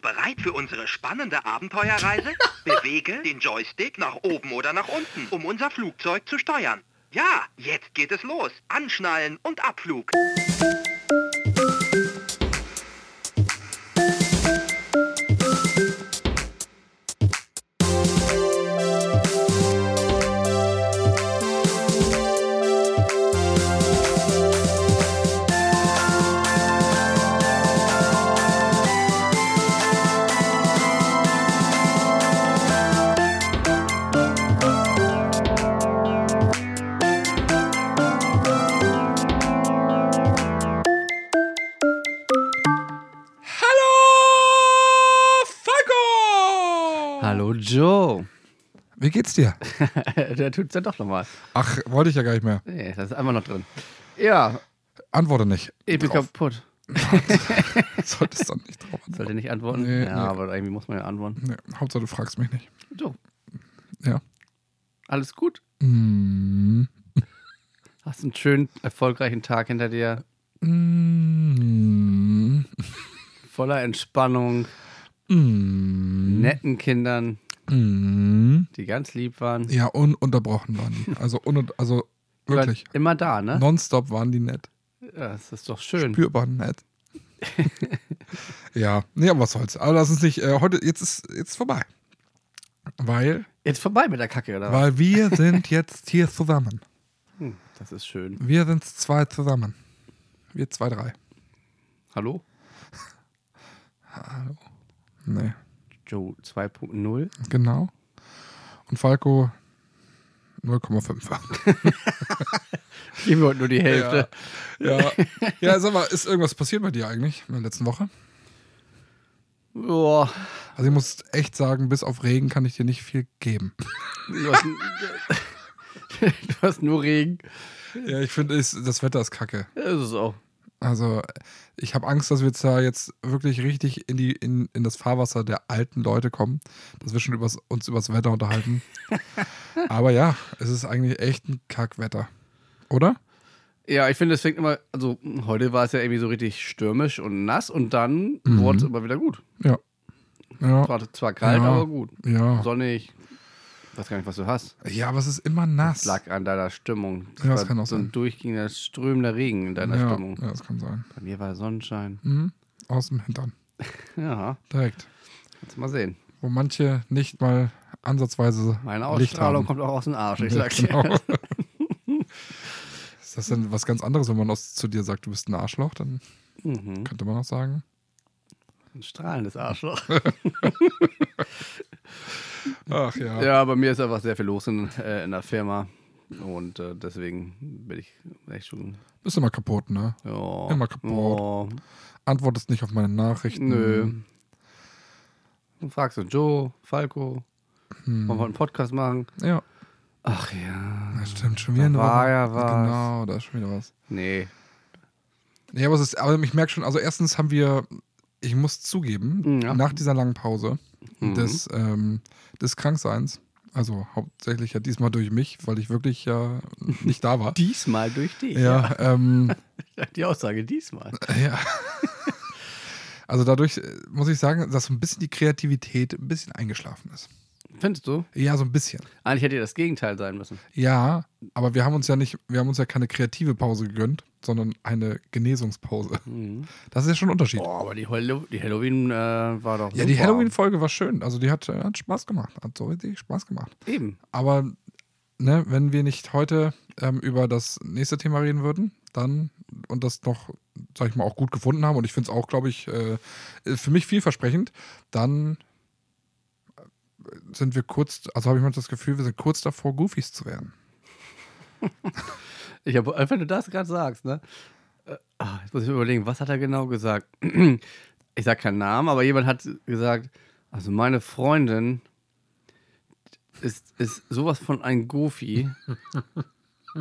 bereit für unsere spannende Abenteuerreise? Bewege den Joystick nach oben oder nach unten, um unser Flugzeug zu steuern. Ja, jetzt geht es los. Anschnallen und Abflug. Hallo, Falco! Hallo Joe. Wie geht's dir? Äh, Der tut's ja doch nochmal. Ach, wollte ich ja gar nicht mehr. Nee, das ist einfach noch drin. Ja, Antworte nicht. ich bin Drauf. kaputt. Solltest dann nicht drauf antworten. Sollte nicht antworten? Nee, ja, nee. aber irgendwie muss man ja antworten. Nee, Hauptsache, du fragst mich nicht. Joe, Ja. alles gut? Mm, Hast einen schönen, erfolgreichen Tag hinter dir, mm, voller Entspannung, mm, netten Kindern, mm. die ganz lieb waren. Ja, ununterbrochen waren die. Also, un also Die waren wirklich. Immer da, ne? Nonstop waren die nett. Ja, das ist doch schön. Spürbar nett. ja, nee, aber was soll's. Aber lass uns nicht, äh, heute, jetzt ist, jetzt ist vorbei. Weil, Jetzt vorbei mit der Kacke, oder was? weil wir sind jetzt hier zusammen. Hm, das ist schön. Wir sind zwei zusammen. Wir zwei, drei. Hallo? Nee, Joe 2.0. genau. Und Falco 0,5. Geben wir heute nur die Hälfte. Ja. ja. ja, sag mal, ist irgendwas passiert bei dir eigentlich in der letzten Woche? Boah. Also ich muss echt sagen, bis auf Regen kann ich dir nicht viel geben. Du hast, du hast nur Regen. Ja, ich finde, es- das Wetter ist kacke. Das ist auch. Also ich habe Angst, dass wir jetzt da jetzt wirklich richtig in, die, in, in das Fahrwasser der alten Leute kommen, dass wir schon übers, uns übers Wetter unterhalten. Aber ja, es ist eigentlich echt ein Kackwetter. Oder? Ja, ich finde, es fängt immer, also mh, heute war es ja irgendwie so richtig stürmisch und nass und dann Mhm. wurde es immer wieder gut. Ja. Ja. War zwar kalt, Ja. aber gut. Ja. Sonnig. Ich weiß gar nicht, was du hast. Ja, aber es ist immer nass. Das lag an deiner Stimmung. Ja, das war kann auch so ein sein. durchgehender strömender Regen in deiner ja, Stimmung. Ja, das kann sein. Bei mir war Sonnenschein. Mhm. Aus dem Hintern. Ja, Direkt. kannst du mal sehen. Wo manche nicht mal ansatzweise Meine Licht Ausstrahlung haben. kommt auch aus dem Arsch, ich Ja, sag's dir. genau. ist das denn was ganz anderes, wenn man aus, zu dir sagt, du bist ein Arschloch? Dann Mhm. könnte man auch sagen. Ein strahlendes Arschloch. Ach ja. Ja, bei mir ist einfach sehr viel los in, äh, in der Firma. Und äh, deswegen bin ich echt schon. Bist immer kaputt, ne? Ja, Immer kaputt. ja, Antwortest nicht auf meine Nachrichten. nö. Hm. Dann fragst du Joe, Falco, Hm. wollen wir einen Podcast machen? Ja, Ach ja. das stimmt. Schon wieder Da war ja was. Genau, da ist schon wieder was. Nee. Ja, aber, es ist, aber ich merke schon, also erstens haben wir, ich muss zugeben, Ja. nach dieser langen Pause Mhm. des, ähm, des Krankseins, also hauptsächlich ja diesmal durch mich, weil ich wirklich ja nicht da war. Diesmal durch dich. ja, ähm, Die Aussage diesmal. ja. Also dadurch äh, muss ich sagen, dass so ein bisschen die Kreativität ein bisschen eingeschlafen ist. Findest du? Ja, so ein bisschen. Eigentlich hätte das Gegenteil sein müssen. Ja, aber wir haben uns ja nicht, wir haben uns ja keine kreative Pause gegönnt, sondern eine Genesungspause. Mhm. Das ist ja schon ein Unterschied. Boah, aber die, Hallo die Halloween äh, war doch. Oh, Ja, super. die Halloween-Folge war schön. Also die hat, äh, hat Spaß gemacht. Hat so richtig Spaß gemacht. Eben. Aber ne, wenn wir nicht heute ähm, über das nächste Thema reden würden, dann und das noch, sag ich mal, auch gut gefunden haben und ich finde es auch, glaube ich, äh, für mich vielversprechend, dann äh, sind wir kurz, also habe ich manchmal das Gefühl, wir sind kurz davor, Goofies zu werden. Ich habe einfach, wenn du das gerade sagst, ne? Äh, ah, Jetzt muss ich mir überlegen, was hat er genau gesagt? Ich sag keinen Namen, aber jemand hat gesagt, also meine Freundin ist, ist sowas von ein Goofy.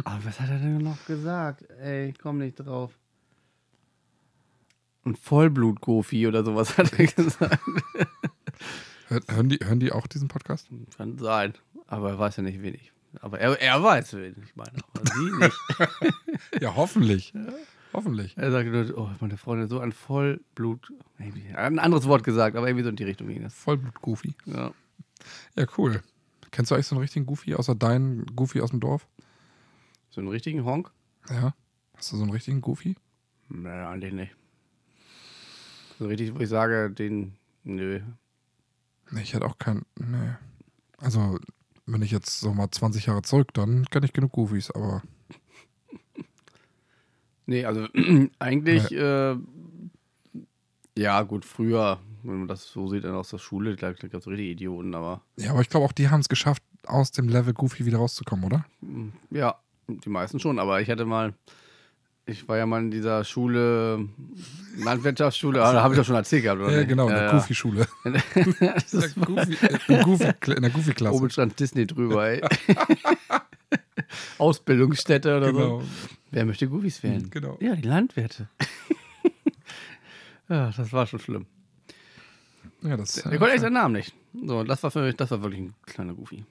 aber was hat er denn noch gesagt? Ey, ich komm nicht drauf. Ein Vollblut-Goofy oder sowas hat er gesagt. Hör, hören, die, hören die auch diesen Podcast? Kann sein, aber er weiß ja nicht wenig. Aber er, er weiß wenig, ich meine, aber sie nicht. Ja, hoffentlich. Hoffentlich. Er sagte nur, oh, meine Freundin, so ein Vollblut. irgendwie- er hat Ein anderes Wort gesagt, aber irgendwie so in die Richtung ging das. Vollblut-Goofy. Ja. Ja, cool. Kennst du eigentlich so einen richtigen Goofy, außer deinen Goofy aus dem Dorf? So einen richtigen Honk? Ja. Hast du so einen richtigen Goofy? Nö, eigentlich nicht. So richtig, wo ich sage, den, nö. Nee, ich hätte auch keinen. Nee. Also, wenn ich jetzt so mal 20 Jahre zurück, dann kenne ich genug Goofies, aber Nee, also eigentlich, äh, ja gut, früher, wenn man das so sieht, dann aus der Schule, da gab es richtig Idioten, aber Ja, aber ich glaube auch, die haben es geschafft, aus dem Level Goofy wieder rauszukommen, oder? mm, ja, die meisten schon. Aber ich hatte mal, ich war ja mal in dieser Schule, Landwirtschaftsschule, ah, da habe ich doch schon erzählt gehabt, oder? Ja, nicht? genau, in der ja. Goofy-Schule. das In der ist Goofy- äh, im Goofy- in der Goofy-Klasse. Oben stand Disney drüber, ey. Ausbildungsstätte oder genau. so. Wer möchte Goofies werden? Genau. Ja, die Landwirte. ja, das war schon schlimm. Ja, das, Ich konnte echt seinen Namen nicht. So, und das war für mich, das war wirklich ein kleiner Goofy.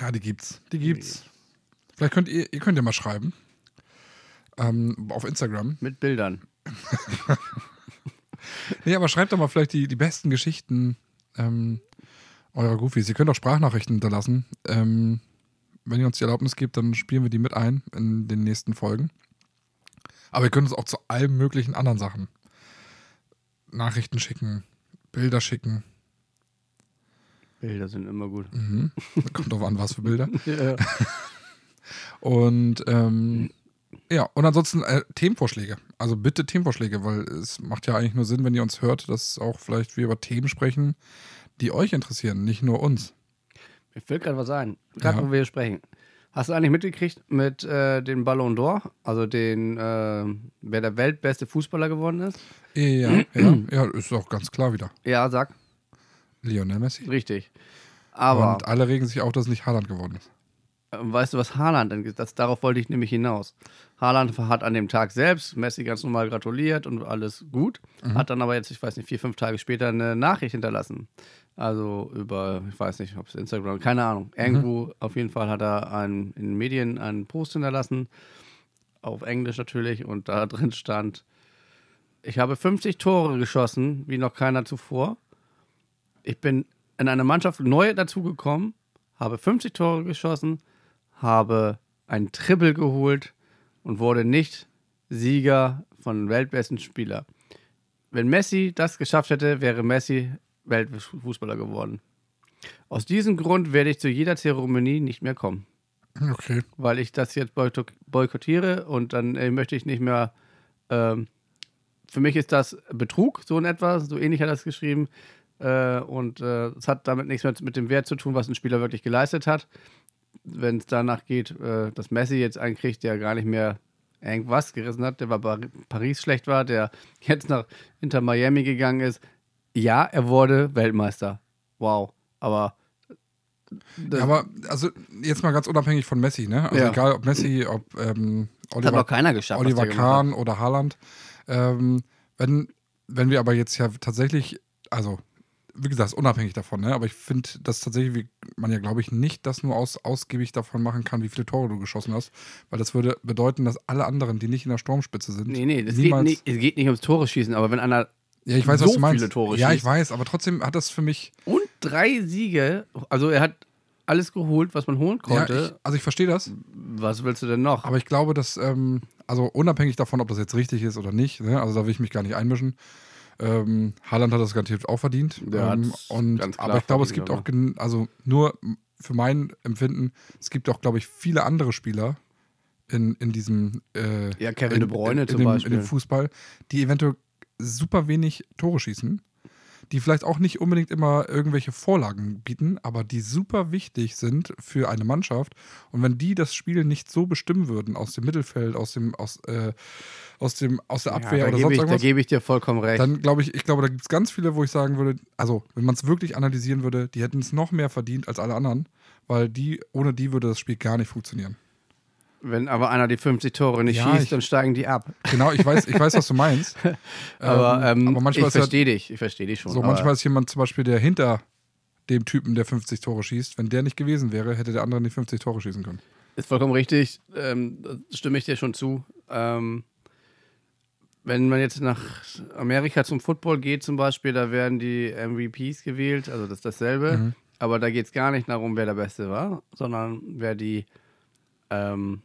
ja, die gibt's. Die gibt's. Vielleicht könnt ihr, ihr könnt ja mal schreiben. Ähm, auf Instagram. Mit Bildern. Nee, aber schreibt doch mal vielleicht die, die besten Geschichten ähm, eurer Goofies. Ihr könnt auch Sprachnachrichten hinterlassen. Ähm, wenn ihr uns die Erlaubnis gebt, dann spielen wir die mit ein in den nächsten Folgen. Aber ihr könnt uns auch zu allen möglichen anderen Sachen Nachrichten schicken, Bilder schicken. Bilder sind immer gut. Mhm. Kommt drauf an, was für Bilder. Ja. Und ähm, ja, und ansonsten äh, Themenvorschläge. Also bitte Themenvorschläge, weil es macht ja eigentlich nur Sinn, wenn ihr uns hört, dass auch vielleicht wir über Themen sprechen, die euch interessieren, nicht nur uns. Mir fällt gerade was ein. Gerade Ja. wo wir hier sprechen. Hast du eigentlich mitgekriegt mit äh, dem Ballon d'Or? Also den, äh, wer der weltbeste Fußballer geworden ist? Ja, ja, ja, ist auch ganz klar wieder. Ja, sag. Lionel Messi. Richtig. Aber Und alle regen sich auch, dass nicht Haaland geworden ist. Ähm, Weißt du, was Haaland denn das, Darauf wollte ich nämlich hinaus. Haaland hat an dem Tag selbst Messi ganz normal gratuliert und alles gut. Hat dann aber jetzt, ich weiß nicht, vier, fünf Tage später eine Nachricht hinterlassen. Also über, ich weiß nicht, ob es Instagram, keine Ahnung. Irgendwo, auf jeden Fall hat er einen, in den Medien einen Post hinterlassen. Auf Englisch natürlich. Und da drin stand, ich habe 50 Tore geschossen, wie noch keiner zuvor. Ich bin in eine Mannschaft neu dazugekommen, habe 50 Tore geschossen, habe ein Triple geholt und wurde nicht Sieger von weltbesten Spieler. Wenn Messi das geschafft hätte, wäre Messi Weltfußballer geworden. Aus diesem Grund werde ich zu jeder Zeremonie nicht mehr kommen, Okay. weil ich das jetzt boyko- boykottiere und dann äh, möchte ich nicht mehr. Ähm, für mich ist das Betrug, so in etwa, so ähnlich hat er es geschrieben. Äh, und äh, es hat damit nichts mehr mit dem Wert zu tun, was ein Spieler wirklich geleistet hat wenn es danach geht, äh, dass Messi jetzt einen kriegt, der gar nicht mehr irgendwas gerissen hat, der bei Bar- Paris schlecht war, der jetzt nach Inter Miami gegangen ist. Ja, er wurde Weltmeister. Wow. Aber, das Ja, aber also jetzt mal ganz unabhängig von Messi, ne? Also Ja. egal ob Messi, ob ähm, das hat Oliver noch keiner geschafft. was Oliver der gemacht Kahn oder Haaland. Ähm, wenn, wenn wir aber jetzt ja tatsächlich, also wie gesagt, unabhängig davon, ne? aber ich finde, dass tatsächlich wie man ja, glaube ich, nicht das nur aus, ausgiebig davon machen kann, wie viele Tore du geschossen hast, weil das würde bedeuten, dass alle anderen, die nicht in der Sturmspitze sind, hat. Nee, nee, es geht, niemals. nicht, es geht nicht ums Tore schießen, aber wenn einer ja, ich weiß, so was du meinst. viele Tore ja, ich schießt. weiß, aber trotzdem hat das für mich. und drei Siege, also er hat alles geholt, was man holen Ja, konnte. ich, also ich verstehe das. was willst du denn noch? Aber ich glaube, dass, ähm, also unabhängig davon, ob das jetzt richtig ist oder nicht, ne, also da will ich mich gar nicht einmischen. Ähm, Haaland hat das garantiert auch verdient. Der ähm, hat's und, ganz klar aber ich glaube, es verdient, gibt auch, gen- also nur m- für mein Empfinden, es gibt auch, glaube ich, viele andere Spieler in, in diesem. Äh, ja, Kevin De in, Bruyne in, zum in dem, Beispiel. In dem Fußball, die eventuell super wenig Tore schießen, die vielleicht auch nicht unbedingt immer irgendwelche Vorlagen bieten, aber die super wichtig sind für eine Mannschaft. Und wenn die das Spiel nicht so bestimmen würden, aus dem Mittelfeld, aus dem, aus, äh, aus dem, aus der Abwehr ja, da oder gebe sonst ich, da irgendwas, gebe ich dir vollkommen recht. dann glaube ich, ich glaube, da gibt es ganz viele, wo ich sagen würde, also wenn man es wirklich analysieren würde, die hätten es noch mehr verdient als alle anderen, weil die, ohne die würde das Spiel gar nicht funktionieren. Wenn aber einer die 50 Tore nicht Ja, ich- schießt, dann steigen die ab. Genau, ich weiß, ich weiß, was du meinst. Aber, ähm, aber manchmal ich ist ja- verstehe dich, ich verstehe dich schon. So, aber manchmal ist jemand zum Beispiel, der hinter dem Typen, der 50 Tore schießt, wenn der nicht gewesen wäre, hätte der andere nicht 50 Tore schießen können. Ist vollkommen richtig. Ähm, da stimme ich dir schon zu. Ähm, wenn man jetzt nach Amerika zum Football geht, zum Beispiel, da werden die MVPs gewählt, also das ist dasselbe. Mhm. Aber da geht es gar nicht darum, wer der Beste war, sondern wer die, ähm,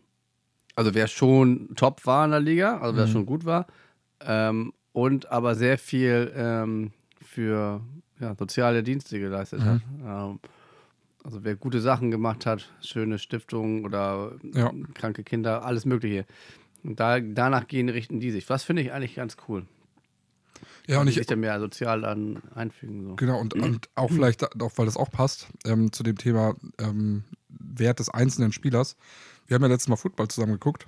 also wer schon top war in der Liga, also wer schon gut war, ähm, und aber sehr viel ähm, für ja, soziale Dienste geleistet hat. Ähm, also wer gute Sachen gemacht hat, schöne Stiftungen oder Ja. kranke Kinder, alles Mögliche. Und da, danach gehen, richten die sich. Was finde ich eigentlich ganz cool. Ja, und die ich, sich da mehr sozial an, einfügen. So. Genau, und, und auch vielleicht, auch weil das auch passt, ähm, zu dem Thema ähm, Wert des einzelnen Spielers. Wir haben ja letztes Mal Football zusammen geguckt.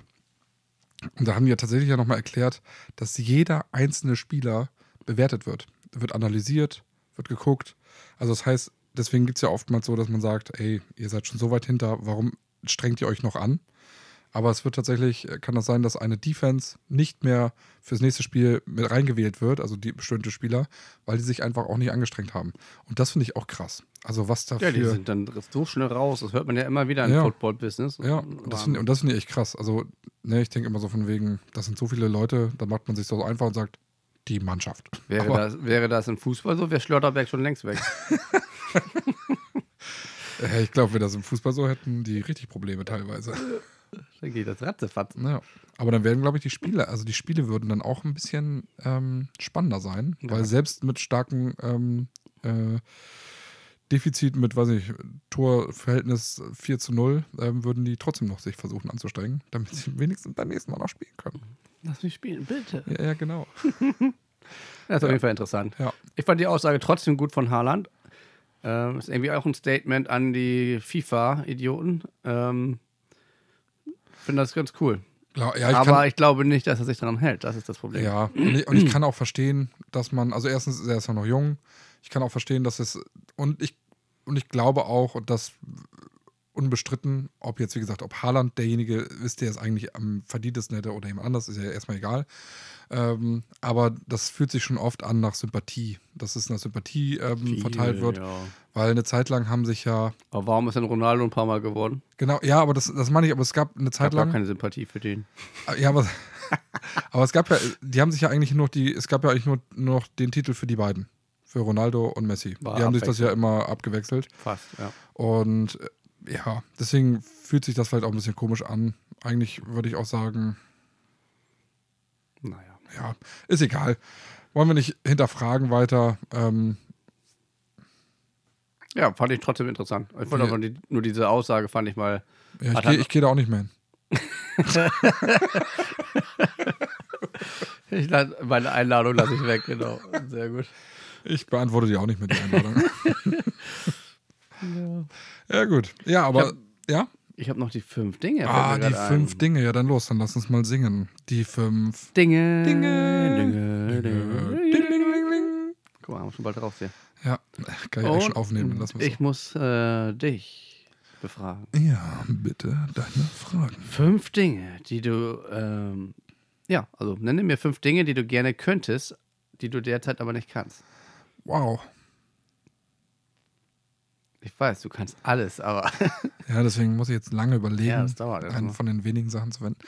Und da haben wir tatsächlich ja nochmal erklärt, dass jeder einzelne Spieler bewertet wird. Wird analysiert, wird geguckt. Also das heißt, deswegen gibt es ja oftmals so, dass man sagt, ey, ihr seid schon so weit hinter, warum strengt ihr euch noch an? Aber es wird tatsächlich, äh, kann das sein, dass eine Defense nicht mehr fürs nächste Spiel mit reingewählt wird, also die bestimmte Spieler, weil die sich einfach auch nicht angestrengt haben. Und das finde ich auch krass. Also was dafür. Ja, die sind dann so schnell raus. Das hört man ja immer wieder im Ja. Football-Business. Ja, und das finde und das finde ich echt krass. Also, ne, ich denke immer so von wegen, das sind so viele Leute, da macht man sich so einfach und sagt, die Mannschaft. wäre, Aber, das, wäre das im Fußball so, wäre Schlotterberg schon längst weg. äh, ich glaube, wir das im Fußball so hätten, die richtig Probleme teilweise. dann geht das Ratzefatz. Ja. Aber dann werden, glaube ich, die Spiele, also die Spiele würden dann auch ein bisschen ähm, spannender sein, weil selbst mit starken ähm, äh, Defizit mit, weiß ich, Torverhältnis 4 zu 0, ähm, würden die trotzdem noch sich versuchen anzustrengen, damit sie wenigstens beim nächsten Mal noch spielen können. Lass mich spielen, bitte. Ja, ja genau. Das ist auf jeden Fall interessant. Ja. Ich fand die Aussage trotzdem gut von Haaland. Ähm, ist irgendwie auch ein Statement an die FIFA-Idioten. Ähm, finde das ganz cool. Ja, ja, ich Aber kann, ich glaube nicht, dass er sich daran hält. Das ist das Problem. Ja, und ich, und ich kann auch verstehen, dass man, also erstens ist er ist ja noch jung, ich kann auch verstehen, dass es, und ich, und ich glaube auch, und das unbestritten, ob jetzt, wie gesagt, ob Haaland derjenige ist, der es eigentlich am verdientesten hätte oder jemand anders, ist ja erstmal egal. Ähm, aber das fühlt sich schon oft an nach Sympathie, dass es nach Sympathie ähm, Viel, verteilt wird, ja. weil eine Zeit lang haben sich ja, Aber warum ist denn Ronaldo ein paar Mal geworden? genau, ja, aber das, das meine ich, aber es gab eine Ich Zeit habe gar lang. keine Sympathie für den. Äh, Ja, aber, aber es gab ja, die haben sich ja eigentlich nur die, es gab ja eigentlich nur, nur noch den Titel für die beiden. Für Ronaldo und Messi. War die haben sich das ja immer abgewechselt. Fast, ja. Und äh, ja, deswegen fühlt sich das vielleicht auch ein bisschen komisch an. Eigentlich würde ich auch sagen, Naja. ja, ist egal. Wollen wir nicht hinterfragen weiter. Ähm, Ja, fand ich trotzdem interessant. Ich fand Ja. aber die, nur diese Aussage fand ich mal. ja, ich Hat gehe er- ich geh da auch nicht mehr hin. Ich lass, meine Einladung lasse ich weg, genau. Sehr gut. Ich beantworte dir auch nicht mehr die Einladung. ja. gut. Ja, aber, ja? Ich habe noch die fünf Dinge. Ah, fällt mir die grad fünf ein. Dinge. Ja, dann los, dann lass uns mal singen. Die fünf Dinge. Dinge. Dinge. Dinge. Ding, ding, ding, ding. Guck mal, haben wir schon bald raus hier. Ja, kann ich auch schon Und aufnehmen lassen. Ich muss äh, dich befragen. ja, bitte deine Fragen. Fünf Dinge, die du, ähm, ja, also nenne mir fünf Dinge, die du gerne könntest, die du derzeit aber nicht kannst. Wow. Ich weiß, du kannst alles, aber Ja, deswegen muss ich jetzt lange überlegen, Ja, das dauert erst einen mal. von den wenigen Sachen zu wenden.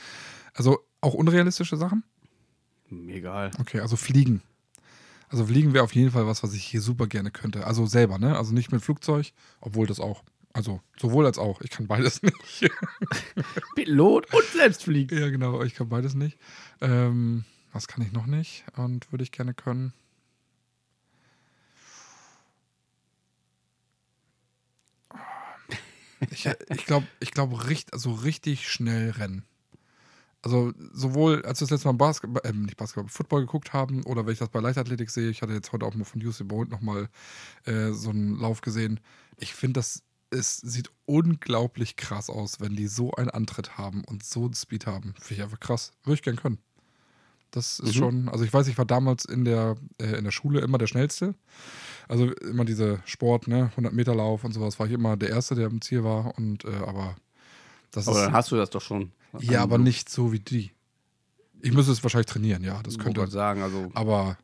Also auch unrealistische Sachen? mir egal. Okay, also fliegen. Also fliegen wäre auf jeden Fall was, was ich hier super gerne könnte. Also selber, ne? Also nicht mit Flugzeug, obwohl das auch. Also sowohl als auch. Ich kann beides nicht. Pilot und Selbstfliegen. ja, genau. Ich kann beides nicht. Ähm, was kann ich noch nicht und würde ich gerne können? Ich, ich glaube, ich glaub, richt, also richtig schnell rennen. Also sowohl, als wir das letzte Mal Basketball, ähm, nicht Basketball, Football geguckt haben oder wenn ich das bei Leichtathletik sehe, ich hatte jetzt heute auch mal von Usain Bolt nochmal äh, so einen Lauf gesehen. Ich finde, das es sieht unglaublich krass aus, wenn die so einen Antritt haben und so einen Speed haben. Finde ich einfach krass. Würde ich gern können. Das ist Mhm. schon, also ich weiß, ich war damals in der, äh, in der Schule immer der Schnellste. Also immer diese Sport, ne, 100-Meter-Lauf und sowas, war ich immer der Erste, der am Ziel war. Und äh, aber das Aber ist. dann hast du das doch schon. Also, Ja, aber nicht so wie die. Ich müsste es wahrscheinlich trainieren, ja, das Das könnte. könnte sagen, halt also Aber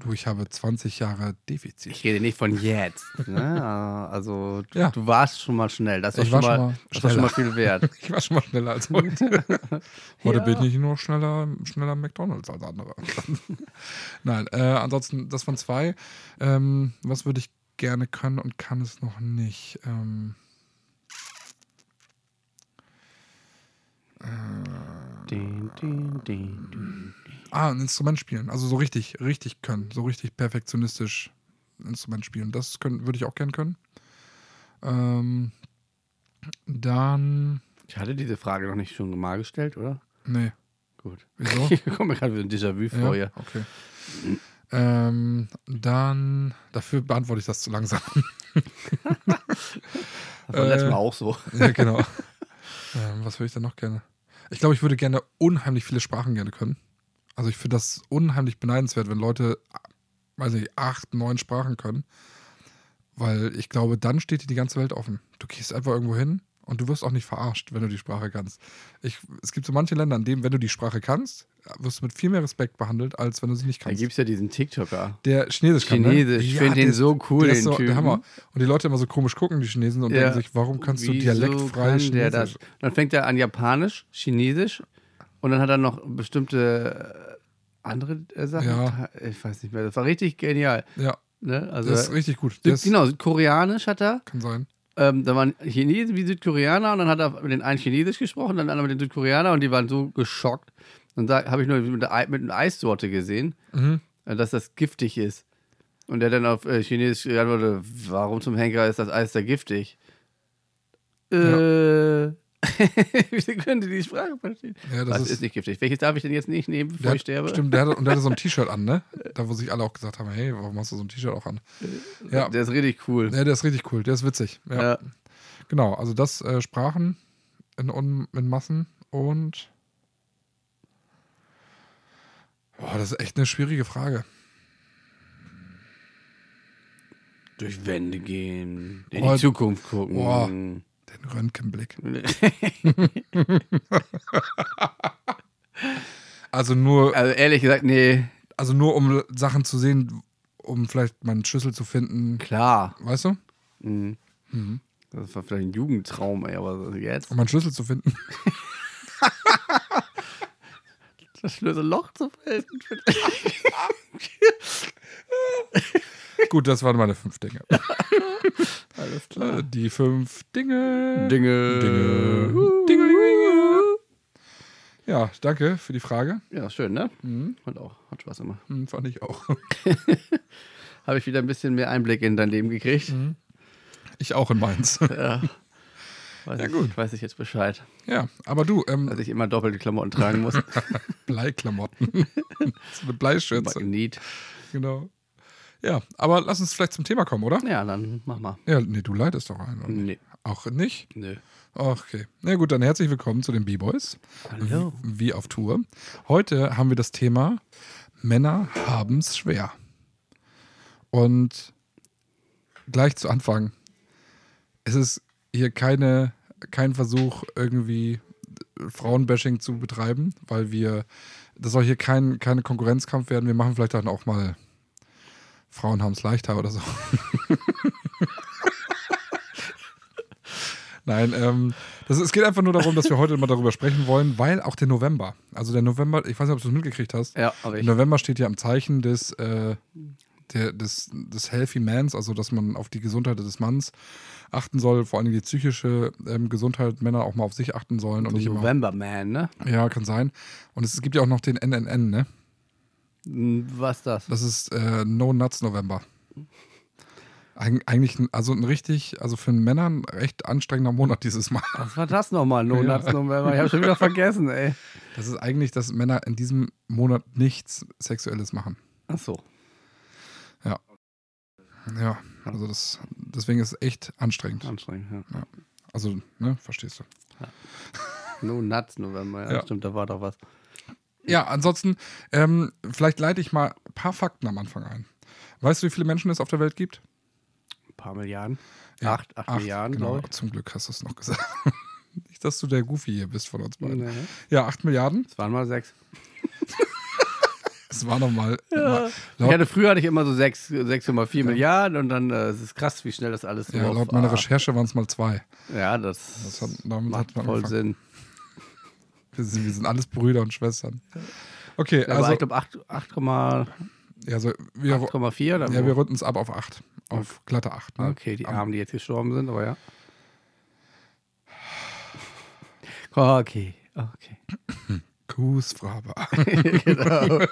Du, ich habe 20 Jahre Defizit. Ich rede nicht von jetzt. Ne? Äh, Also du, Ja. du warst schon mal schnell. Das war, Ich schon, mal, war schon mal das war schon mal schneller. viel wert. Ich war schon mal schneller als heute. Heute bin ich nur schneller, schneller am McDonalds als andere. Nein, äh, ansonsten, das waren zwei. Ähm, was würde ich gerne können und kann es noch nicht? Ähm, Ding, ding, ding, ding. ah, ein Instrument spielen. Also so richtig, richtig können. So richtig perfektionistisch ein Instrument spielen. Das können, würde ich auch gerne können. Ähm, dann. Ich hatte diese Frage noch nicht schon mal gestellt, oder? Nee, Gut. wieso? Ich komme mir gerade wieder ein Déjà-vu vor. Ja. okay. Ähm, dann, dafür beantworte ich das zu langsam. Das war letztes Äh, Mal auch so. ja, genau. ähm, was würde ich denn noch gerne? Ich glaube, ich würde gerne unheimlich viele Sprachen gerne können. Also ich finde das unheimlich beneidenswert, wenn Leute, weiß nicht, acht, neun Sprachen können. Weil ich glaube, dann steht dir die ganze Welt offen. Du gehst einfach irgendwo hin und du wirst auch nicht verarscht, wenn du die Sprache kannst. Ich, es gibt so manche Länder, in denen, wenn du die Sprache kannst, wirst du mit viel mehr Respekt behandelt, als wenn du sie nicht Da kannst. gibt es ja diesen TikToker. Der Chinesisch kann. Chinesisch, ne? ich find den der- so cool, der ist den so, Typen. Der Hammer. Und die Leute immer so komisch gucken, die Chinesen, und Ja. denken sich, warum kannst du Wieso dialektfrei kann Chinesisch? der das? Dann fängt er an Japanisch, Chinesisch und dann hat er noch bestimmte äh, andere äh, Sachen. Ja. Ich weiß nicht mehr. Das war richtig genial. Ja, Ne? Also, das ist richtig gut. Süd, Das genau, Südkoreanisch hat er. kann sein. Ähm, da waren Chinesen wie Südkoreaner und dann hat er mit den einen Chinesisch gesprochen, dann einer mit den Südkoreaner und die waren so geschockt. Und da habe ich nur mit, der, Ei- mit einer Eissorte gesehen, Mhm. äh, dass das giftig ist. Und der dann auf äh, Chinesisch geantwortet, warum zum Henker ist das Eis da giftig? Äh. Wie können die die Sprache verstehen? Ja, das das ist- ist, nicht giftig. Welches darf ich denn jetzt nicht nehmen, bevor Der ich sterbe? Hat, stimmt, der hatte, und der hatte so ein T-Shirt an, ne? Da, wo sich alle auch gesagt haben, hey, warum hast du so ein T-Shirt auch an? Ja, Der ist richtig cool. ja, der ist richtig cool, der ist witzig. Ja, Ja. Genau, also das äh, Sprachen in, Un in Massen und. Boah, das ist echt eine schwierige Frage. Durch Wände gehen, in Oh, die Zukunft gucken. boah. Den Röntgenblick. Also nur, Also ehrlich gesagt, nee, also nur um Sachen zu sehen, um vielleicht meinen Schlüssel zu finden. klar. Weißt du? Um Mhm. Das war vielleicht ein Jugendtraum, ey, aber jetzt. Um meinen Schlüssel zu finden. Das Schlüsselloch zu finden. Gut, das waren meine fünf Dinge. Alles klar. Äh, Die fünf Dinge. Dinge. Dinge. Uh. Dingelingelinge. Ja, danke für die Frage. Ja, schön, ne? Mhm. Und auch, hat Spaß immer. Hm, Fand ich auch. Habe ich wieder ein bisschen mehr Einblick in dein Leben gekriegt. Ich auch in meins. Ja. Weiß ja, ich, gut. Weiß ich jetzt Bescheid, Ja, aber du, dass ähm, ich immer doppelte Klamotten tragen muss. Bleiklamotten. Das mit Bleischürze. Need. Genau. Ja, aber lass uns vielleicht zum Thema kommen, oder? Ja, dann mach mal. Ja, nee, du leitest doch ein. Oder? Nee. Auch nicht? Nö. Okay. Na gut, dann herzlich willkommen zu den B-Boys. Hallo. Wie wie auf Tour. Heute haben wir das Thema Männer haben's schwer. Und gleich zu Anfang. Es ist hier keine, kein Versuch, irgendwie Frauenbashing zu betreiben, weil wir, das soll hier kein keine Konkurrenzkampf werden. Wir machen vielleicht dann auch mal Frauen haben's leichter oder so. Nein, ähm, das, es geht einfach nur darum, dass wir heute mal darüber sprechen wollen, weil auch der November, also der November, ich weiß nicht, ob du es mitgekriegt hast, Ja, aber der ich. November steht ja am Zeichen des, äh, der, des, des Healthy Mans, also dass man auf die Gesundheit des Manns achten soll, vor allem die psychische ähm, Gesundheit, Männer auch mal auf sich achten sollen und nicht immer. November Man, ne? Ja, kann sein. Und es gibt ja auch noch den NNN, ne? Hm, Was das? Das ist äh, No Nuts November. Eig eigentlich, ein- also ein richtig, also für einen Männer ein recht anstrengender Monat dieses Mal. Was war das nochmal? No Ja. Nuts November. Ich habe schon wieder vergessen, ey. Das ist eigentlich, dass Männer in diesem Monat nichts Sexuelles machen. Ach so. Ja, also das, deswegen ist es echt anstrengend. Anstrengend, ja. Also, ne, verstehst du. No Nuts November, ja, Ja. stimmt, da war doch was. Ja, ansonsten, ähm, vielleicht leite ich mal ein paar Fakten am Anfang ein. Weißt du, wie viele Menschen es auf der Welt gibt? Ein paar Milliarden. Ja, acht, acht, Milliarden, genau. glaube Zum Glück hast du es noch gesagt. Nicht, dass du der Goofy hier bist von uns ich. beiden. Nee. Ja, acht Milliarden. Es waren mal sechs. Es war nochmal. Ja. mal. Ich laut, hatte früher hatte ich immer so sechs- 6,4 Milliarden und dann äh, es ist krass, wie schnell das alles ja, so laut auf- meiner ah, Recherche waren es mal zwei. Ja, das, Das hat, damit macht hat man voll Sinn. angefangen. Wir sind, wir sind alles Brüder und Schwestern. Okay, Ja, also, aber ich glaube 8,4 ja, so, wir, oder ja, wo? wir runden es ab auf acht. Auf glatte acht. Ne? Okay, die Am- Armen, die jetzt gestorben sind, aber ja. Okay, okay. Kuhsfrabe. genau.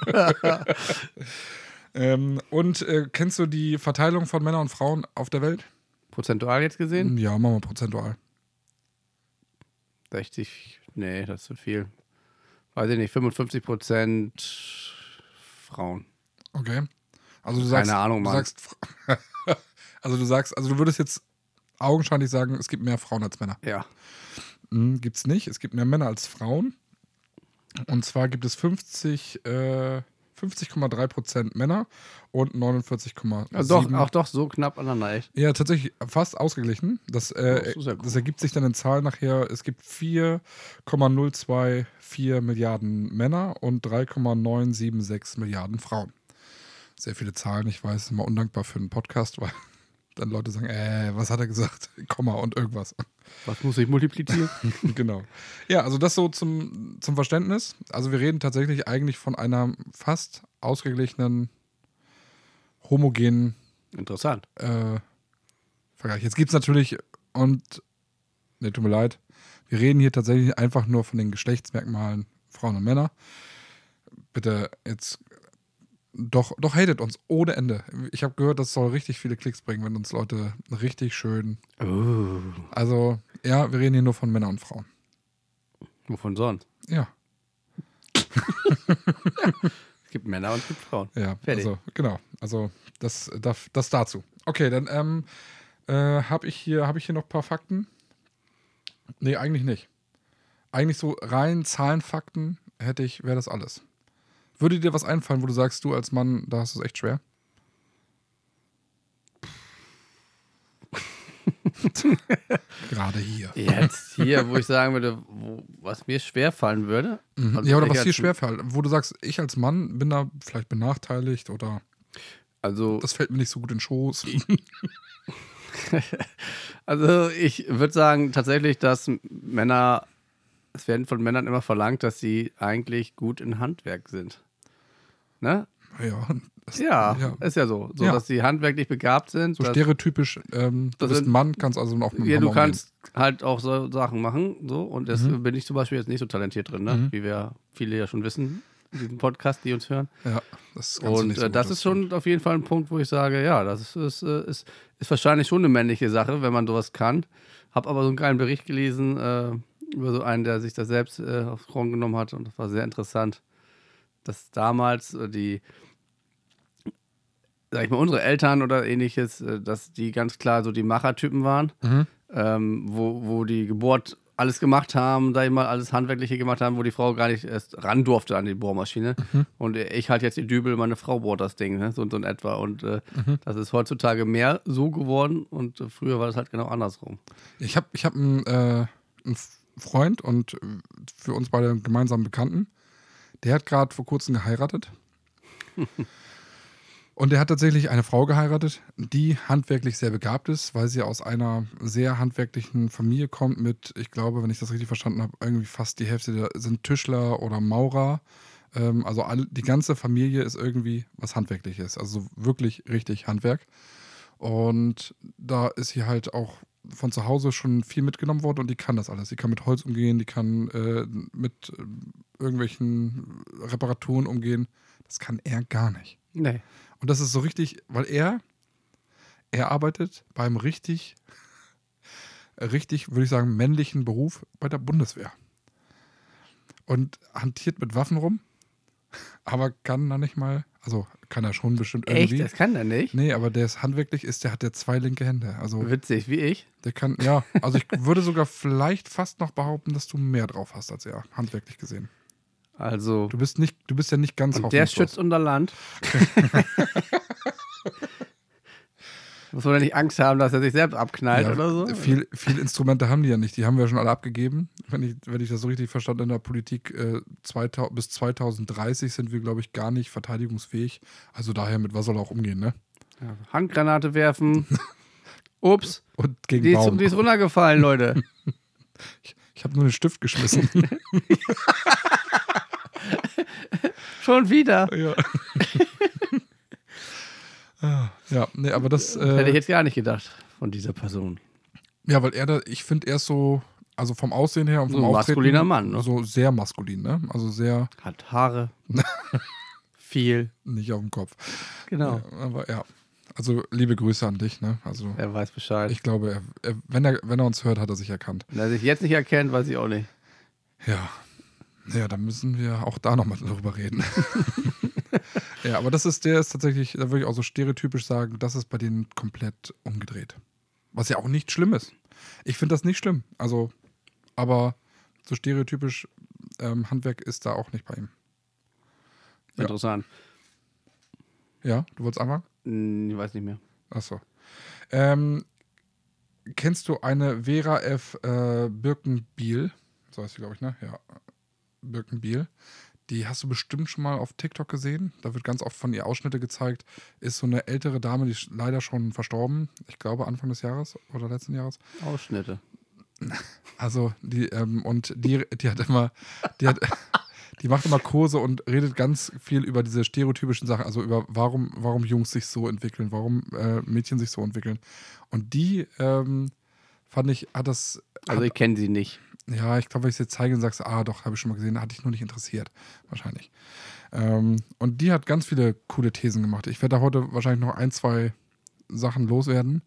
ähm, und äh, kennst du die Verteilung von Männern und Frauen auf der Welt? Prozentual jetzt gesehen? Ja, machen wir prozentual. 60, nee, das ist zu viel. Weiß ich nicht, 55 Prozent Frauen. Okay. Also du sagst, Keine Ahnung, du Mann. sagst Fra- also du sagst, also du würdest jetzt augenscheinlich sagen, es gibt mehr Frauen als Männer. Ja. Hm, gibt's nicht. Es gibt mehr Männer als Frauen. Und zwar gibt es 50, äh, 50,3 Prozent Männer und 49,7. Also doch, auch doch so knapp aneinander, echt. Ja, tatsächlich fast ausgeglichen. Das, Oh, äh, das ist ja das cool. ergibt sich dann in Zahlen nachher. Es gibt 4,024 Milliarden Männer und 3,976 Milliarden Frauen. Sehr viele Zahlen, ich weiß, immer undankbar für einen Podcast, weil dann Leute sagen, äh, was hat er gesagt? Komma und irgendwas. Was muss ich multiplizieren? genau. Ja, also das so zum, zum Verständnis. Also wir reden tatsächlich eigentlich von einer fast ausgeglichenen, homogenen Interessant. äh, Vergleich. Jetzt gibt es natürlich, und ne, tut mir leid, wir reden hier tatsächlich einfach nur von den Geschlechtsmerkmalen Frauen und Männer. Bitte jetzt doch, doch hatet uns ohne Ende. Ich habe gehört, das soll richtig viele Klicks bringen, wenn uns Leute richtig schön. Oh. Also, ja, wir reden hier nur von Männern und Frauen. Wovon sonst? Ja, Es gibt Männer und es gibt Frauen. ja. Fertig. Also, genau. Also, das, das, das dazu. Okay, dann ähm, äh, habe ich, hier- hab ich hier noch ein paar Fakten. Nee, eigentlich nicht. Eigentlich so rein Zahlenfakten hätte ich, wäre das alles. Würde dir was einfallen, wo du sagst, du als Mann, da hast du es echt schwer? Gerade hier. Jetzt hier, wo ich sagen würde, wo, was mir schwer fallen würde. Mhm. Also ja, oder ich was dir als- schwer fällt, wo du sagst, ich als Mann bin da vielleicht benachteiligt oder Also, das fällt mir nicht so gut in den Schoß. also ich würde sagen tatsächlich, dass Männer, es werden von Männern immer verlangt, dass sie eigentlich gut in Handwerk sind. Ne? Ja, das, Ja, ja. ist ja so. So, Ja. dass sie handwerklich begabt sind. So dass, stereotypisch, ähm, du das bist sind- ein Mann, kannst also auch mit dem ja, du Hammer Mhm. umgehen. kannst halt auch so Sachen machen. So, und das bin ich zum Beispiel jetzt nicht so talentiert drin, ne? Mhm. wie wir viele ja schon wissen, in diesem Podcast, die uns hören. Ja, das kannst du Und nicht so äh, das gut, ist schon auf jeden Fall ein Punkt, wo ich sage, ja, das ist, ist, äh, ist, ist wahrscheinlich schon eine männliche Sache, wenn man sowas kann. Hab aber so einen geilen Bericht gelesen äh, über so einen, der sich das selbst äh, aufs Korn genommen hat und das war sehr interessant, dass damals äh, die, sag ich mal, unsere Eltern oder ähnliches, äh, dass die ganz klar so die Machertypen waren, ähm, wo, wo die Geburt alles gemacht haben, sag ich mal, alles Handwerkliche gemacht haben, wo die Frau gar nicht erst ran durfte an die Bohrmaschine. Und ich halt jetzt die Dübel, meine Frau bohrt das Ding, ne? so, und so in etwa. Und äh, das ist heutzutage mehr so geworden und äh, früher war das halt genau andersrum. Ich habe ich hab einen, äh, einen Freund und äh, für uns beide einen gemeinsamen Bekannten. Der hat gerade vor kurzem geheiratet. und der hat tatsächlich eine Frau geheiratet, die handwerklich sehr begabt ist, weil sie aus einer sehr handwerklichen Familie kommt mit, ich glaube, wenn ich das richtig verstanden habe, irgendwie fast die Hälfte der, sind Tischler oder Maurer. Ähm, also all, die ganze Familie ist irgendwie was Handwerkliches. Also wirklich richtig Handwerk. Und da ist sie halt auch von zu Hause schon viel mitgenommen worden und die kann das alles. Die kann mit Holz umgehen, die kann äh, mit äh, irgendwelchen Reparaturen umgehen. Das kann er gar nicht. Nee. Und das ist so richtig, weil er, er arbeitet beim richtig, richtig, würde ich sagen, männlichen Beruf bei der Bundeswehr. Und hantiert mit Waffen rum, aber kann da nicht mal, also kann er schon bestimmt irgendwie. Echt? Das kann der nicht? Nee, aber der ist handwerklich ist, der hat ja zwei linke Hände. Also Witzig, wie ich. der kann, ja, also ich würde sogar vielleicht fast noch behaupten, dass du mehr drauf hast als er, handwerklich gesehen. Also, Du bist nicht, du bist ja nicht ganz und der hoffnungslos. schützt unser Land. Muss man ja nicht Angst haben, dass er sich selbst abknallt Ja, halt oder so? Viel, viele Instrumente haben die ja nicht. Die haben wir schon alle abgegeben. Wenn ich, wenn ich das so richtig verstanden habe, in der Politik äh, 2000, bis 2030 sind wir, glaube ich, gar nicht verteidigungsfähig. Also daher, mit was soll er auch umgehen, ne? Ja, Handgranate werfen. Ups, Und gegen die ist, Baum. die ist runtergefallen, Leute. ich ich habe nur einen Stift geschmissen. Schon wieder. ja. Ah, ja, nee, aber das. Das hätte ich Äh, jetzt gar nicht gedacht von dieser Person. ja, weil er da, ich finde, er ist so. Also vom Aussehen her und vom So ein Auftreten maskuliner Mann, ne? So sehr maskulin, ne? Also sehr Hat Haare. Viel. nicht auf dem Kopf. Genau. Ja, aber ja. Also liebe Grüße an dich, ne? Also. Er weiß Bescheid. Ich glaube, er, er, wenn, er, wenn er uns hört, hat er sich erkannt. Wenn er sich jetzt nicht erkennt, weiß ich auch nicht. Ja. Ja, dann müssen wir auch da nochmal drüber reden. ja, aber das ist, der ist tatsächlich, da würde ich auch so stereotypisch sagen, das ist bei denen komplett umgedreht. Was ja auch nicht schlimm ist. Ich finde das nicht schlimm. Also, aber so stereotypisch ähm, Handwerk ist da auch nicht bei ihm. Ja. Interessant. Ja, du wolltest anfangen? Hm, Ich weiß nicht mehr. Achso. Ähm, kennst du eine Vera F. Äh, Birkenbiel? So heißt sie, glaube ich, ne? Ja. Birkenbiel. Die hast du bestimmt schon mal auf TikTok gesehen. Da wird ganz oft von ihr Ausschnitte gezeigt. Ist so eine ältere Dame, die ist leider schon verstorben. Ich glaube Anfang des Jahres oder letzten Jahres. Ausschnitte. Also die ähm, und die, die hat immer, die hat, die macht immer Kurse und redet ganz viel über diese stereotypischen Sachen, also über warum, warum Jungs sich so entwickeln, warum äh, Mädchen sich so entwickeln. Und die ähm, fand ich, hat das, Also ich kenne sie nicht. ja, ich glaube, wenn ich es jetzt zeige, dann sagst du, ah, doch, habe ich schon mal gesehen, hat dich nur nicht interessiert, wahrscheinlich. Ähm, und die hat ganz viele coole Thesen gemacht. Ich werde da heute wahrscheinlich noch ein, zwei Sachen loswerden,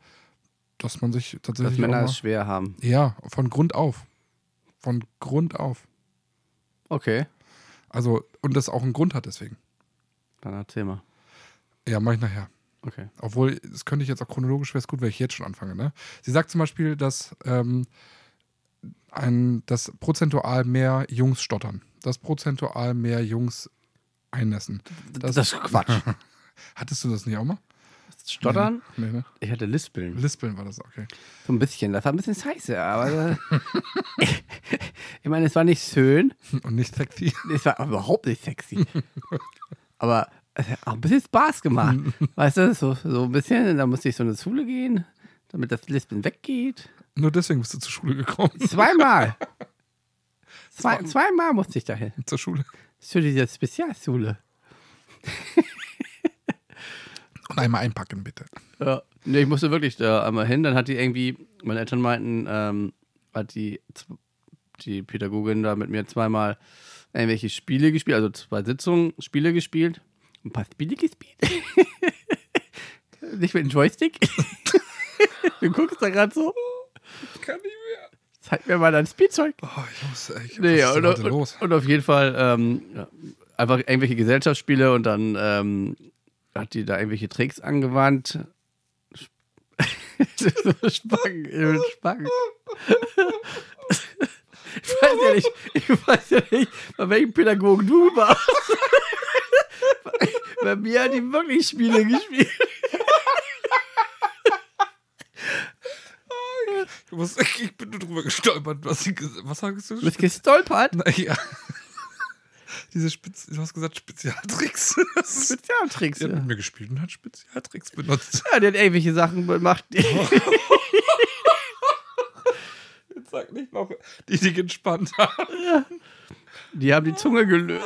dass man sich tatsächlich Dass auch Männer mal- es schwer haben. ja, von Grund auf. Von Grund auf. Okay. Also, und das auch einen Grund hat deswegen. Dann erzähl mal. Ja, mache ich nachher. Okay. Obwohl, das könnte ich jetzt auch chronologisch, wäre es gut, wenn ich jetzt schon anfange. Ne? Sie sagt zum Beispiel, dass, ähm, ein, dass prozentual mehr Jungs stottern. Dass prozentual mehr Jungs einnässen. Das- Das, ist Quatsch. Hattest du das nicht auch mal? Stottern? Nee, ne? Ich hatte Lispeln. Lispeln war das, okay. So ein bisschen. Das war ein bisschen scheiße, aber. äh, ich meine, es war nicht schön. Und nicht sexy. Es war überhaupt nicht sexy. Aber es hat auch ein bisschen Spaß gemacht. Weißt du, so, so ein bisschen, da musste ich so in die Schule gehen, damit das Lispeln weggeht. Nur deswegen bist du zur Schule gekommen. Zweimal. Zwei, zweimal musste ich dahin. zur Schule. Zu dieser Spezialschule. Und einmal einpacken, bitte. Ja. Nee, ich musste wirklich da einmal hin. Dann hat die irgendwie, meine Eltern meinten, ähm, hat die, z- die Pädagogin da mit mir zweimal irgendwelche Spiele gespielt, also zwei Sitzungen Spiele gespielt. Ein paar Spiele gespielt. Nicht mit dem Joystick. du guckst da gerade so, Kann nicht mehr. zeig mir mal dein Spielzeug. Oh, ich muss, ich, was Nee, ist ja, denn und, heute und, los? und auf jeden Fall ähm, ja, einfach irgendwelche Gesellschaftsspiele und dann ähm, hat die da irgendwelche Tricks angewandt. Sp- Spangen, äh, Spangen. Ich weiß ja nicht, ich weiß ja nicht, bei welchem Pädagogen du warst. Bei mir hat die wirklich Spiele gespielt. Du musst, ich bin nur drüber gestolpert. Was, was hast Du du? bist gestolpert. Na, ja. Diese Spitz, du hast gesagt Spezialtricks. Das ist- Spezialtricks. Die hat Ja. mit mir gespielt und hat Spezialtricks benutzt. Ja, die hat irgendwelche Sachen gemacht. Jetzt sag nicht noch, die dich entspannt haben. Die haben die Zunge gelöst.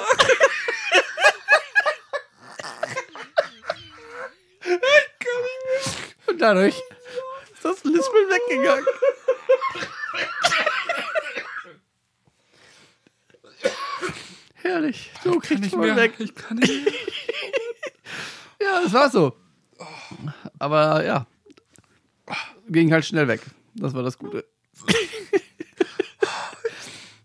Und dadurch ist das Lispeln weggegangen. Herrlich. So kriegt man weg. Ich kann nicht mehr. Ja, das war so. Aber ja, ging halt schnell weg. Das war das Gute.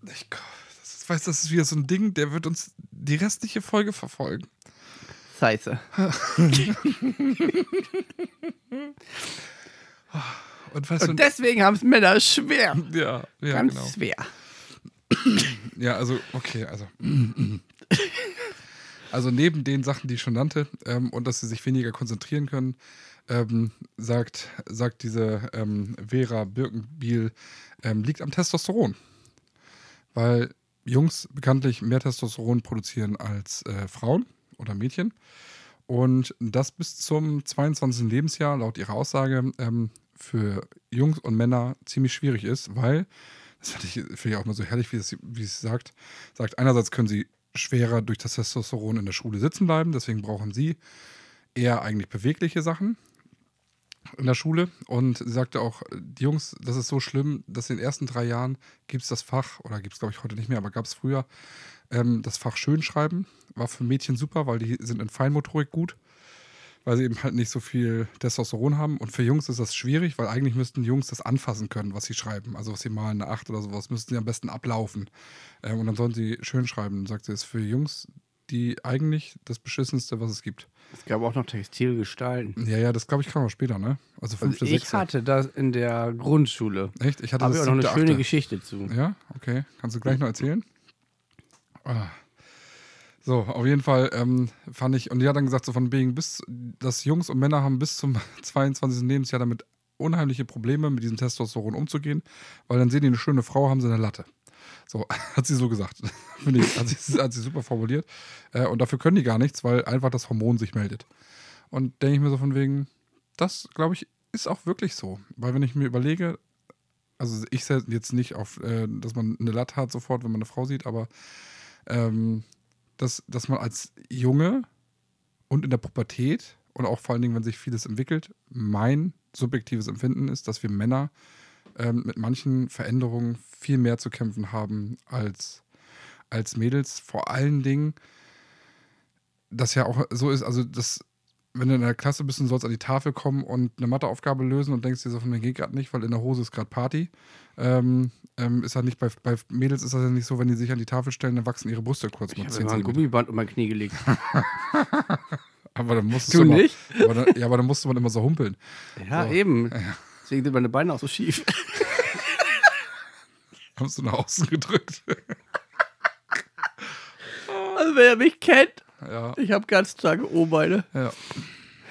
Ich, das ist, weißt, du, das ist wieder so ein Ding, der wird uns die restliche Folge verfolgen. Scheiße. Und weißt Und du, deswegen haben es Männer schwer. ja, ja, Ganz genau. schwer. Ja, also, okay, also. Also neben den Sachen, die ich schon nannte, ähm, und dass sie sich weniger konzentrieren können, ähm, sagt, sagt diese ähm, Vera Birkenbiel, ähm, liegt am Testosteron. Weil Jungs bekanntlich mehr Testosteron produzieren als äh, Frauen oder Mädchen. Und das bis zum 22. Lebensjahr, laut ihrer Aussage, ähm, für Jungs und Männer ziemlich schwierig ist, weil, das finde ich, find ich auch mal so herrlich, wie es, wie es sagt, sagt, einerseits können sie schwerer durch das Testosteron in der Schule sitzen bleiben, deswegen brauchen sie eher eigentlich bewegliche Sachen in der Schule. Und sie sagte auch, die Jungs, das ist so schlimm, dass in den ersten drei Jahren gibt es das Fach, oder gibt es glaube ich heute nicht mehr, aber gab es früher, ähm, das Fach Schönschreiben. War für Mädchen super, weil die sind in Feinmotorik gut, weil sie eben halt nicht so viel Testosteron haben. Und für Jungs ist das schwierig, weil eigentlich müssten die Jungs das anfassen können, was sie schreiben. Also was sie malen, eine Acht oder sowas, müssten sie am besten ablaufen. Ähm, und dann sollen sie schön schreiben, sagt sie, ist für Jungs die eigentlich das Beschissenste, was es gibt. Es gab auch noch Textilgestalten. Ja, ja, das glaube ich kam auch später, ne? Also fünfte, Also ich sechste. hatte das in der Grundschule. Echt? Ich hatte Habe ich das auch noch eine siebte, schöne achte. Geschichte zu. Ja, okay. Kannst du gleich noch erzählen? Ah. So, auf jeden Fall ähm, fand ich, und die hat dann gesagt, so von wegen bis, dass Jungs und Männer haben bis zum 22. Lebensjahr damit unheimliche Probleme, mit diesem Testosteron umzugehen, weil dann sehen die eine schöne Frau, haben sie eine Latte. So, hat sie so gesagt. Finde ich, hat sie, hat sie super formuliert. Äh, und dafür können die gar nichts, weil einfach das Hormon sich meldet. Und denke ich mir so von wegen, das glaube ich, ist auch wirklich so. Weil wenn ich mir überlege, also ich setze jetzt nicht auf, äh, dass man eine Latte hat sofort, wenn man eine Frau sieht, aber ähm, dass, dass man als Junge und in der Pubertät und auch vor allen Dingen, wenn sich vieles entwickelt, mein subjektives Empfinden ist, dass wir Männer ähm, mit manchen Veränderungen viel mehr zu kämpfen haben als, als Mädels. Vor allen Dingen, das ja auch so ist, also das, wenn du in der Klasse bist und sollst an die Tafel kommen und eine Matheaufgabe lösen und denkst dir so, von mir geht gerade nicht, weil in der Hose ist gerade Party. Ähm, ähm, ist halt nicht bei, bei Mädels ist das ja nicht so, wenn die sich an die Tafel stellen, dann wachsen ihre Brüste kurz Ich mal habe 10 immer ein cm. Gummiband um mein Knie gelegt. Aber dann musstest Du immer, nicht? Aber dann, ja, aber dann musste man immer so humpeln. Ja, So. eben. Deswegen sind meine Beine auch so schief. Haben du nach außen gedrückt. Also wer mich kennt, ja, ich habe ganz starke O-Beine. ja.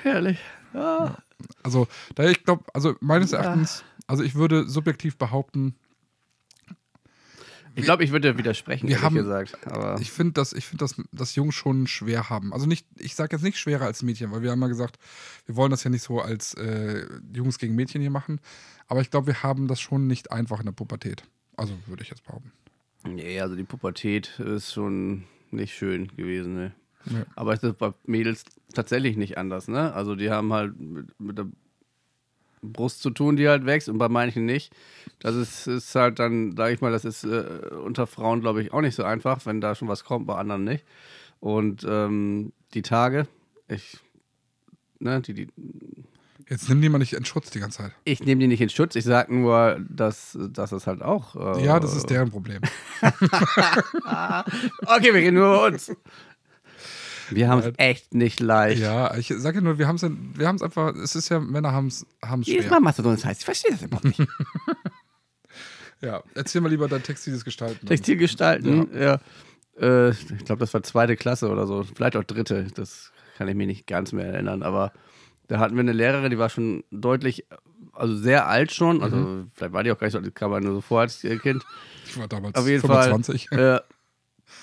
Herrlich. Ah. Also, da ich glaube, also meines Erachtens, also ich würde subjektiv behaupten, Ich glaube, ich würde dir widersprechen, Wir ehrlich haben- gesagt. Aber ich finde, dass, ich find, dass, dass Jungs schon schwer haben. Also nicht, ich sage jetzt nicht schwerer als Mädchen, weil wir haben ja gesagt, wir wollen das ja nicht so als äh, Jungs gegen Mädchen hier machen. Aber ich glaube, wir haben das schon nicht einfach in der Pubertät. Also würde ich jetzt behaupten. nee, also die Pubertät ist schon nicht schön gewesen. Ne? Ja. Aber es ist bei Mädels tatsächlich nicht anders. Ne? Also die haben halt mit, mit der Brust zu tun, die halt wächst und bei manchen nicht. Das ist, ist halt dann, sage ich mal, das ist äh, unter Frauen, glaube ich, auch nicht so einfach, wenn da schon was kommt, bei anderen nicht. Und ähm, die Tage, ich, ne, die, die, Jetzt nimm die mal nicht in Schutz die ganze Zeit. ich nehme die nicht in Schutz, ich sage nur, dass, dass das halt auch. äh, Ja, das ist deren Problem. Okay, wir reden nur über uns. Wir haben es echt nicht leicht. Äh, Ja, ich sage ja nur, wir haben es wir haben's einfach, es ist ja, Männer haben es Jedes schwer. Mal machst du so ein Scheiß. Ich verstehe das überhaupt nicht. Ja, erzähl mal lieber dein textiles Gestalten. Textilgestalten, ja. Äh, ich glaube, das war zweite Klasse oder so. Vielleicht auch dritte. Das kann ich mir nicht ganz mehr erinnern. Aber da hatten wir eine Lehrerin, die war schon deutlich, also sehr alt schon. Also Mhm. vielleicht war die auch gar nicht so alt, die kam halt nur so vor als äh, Kind. Ich war damals Auf jeden 25. Fall äh,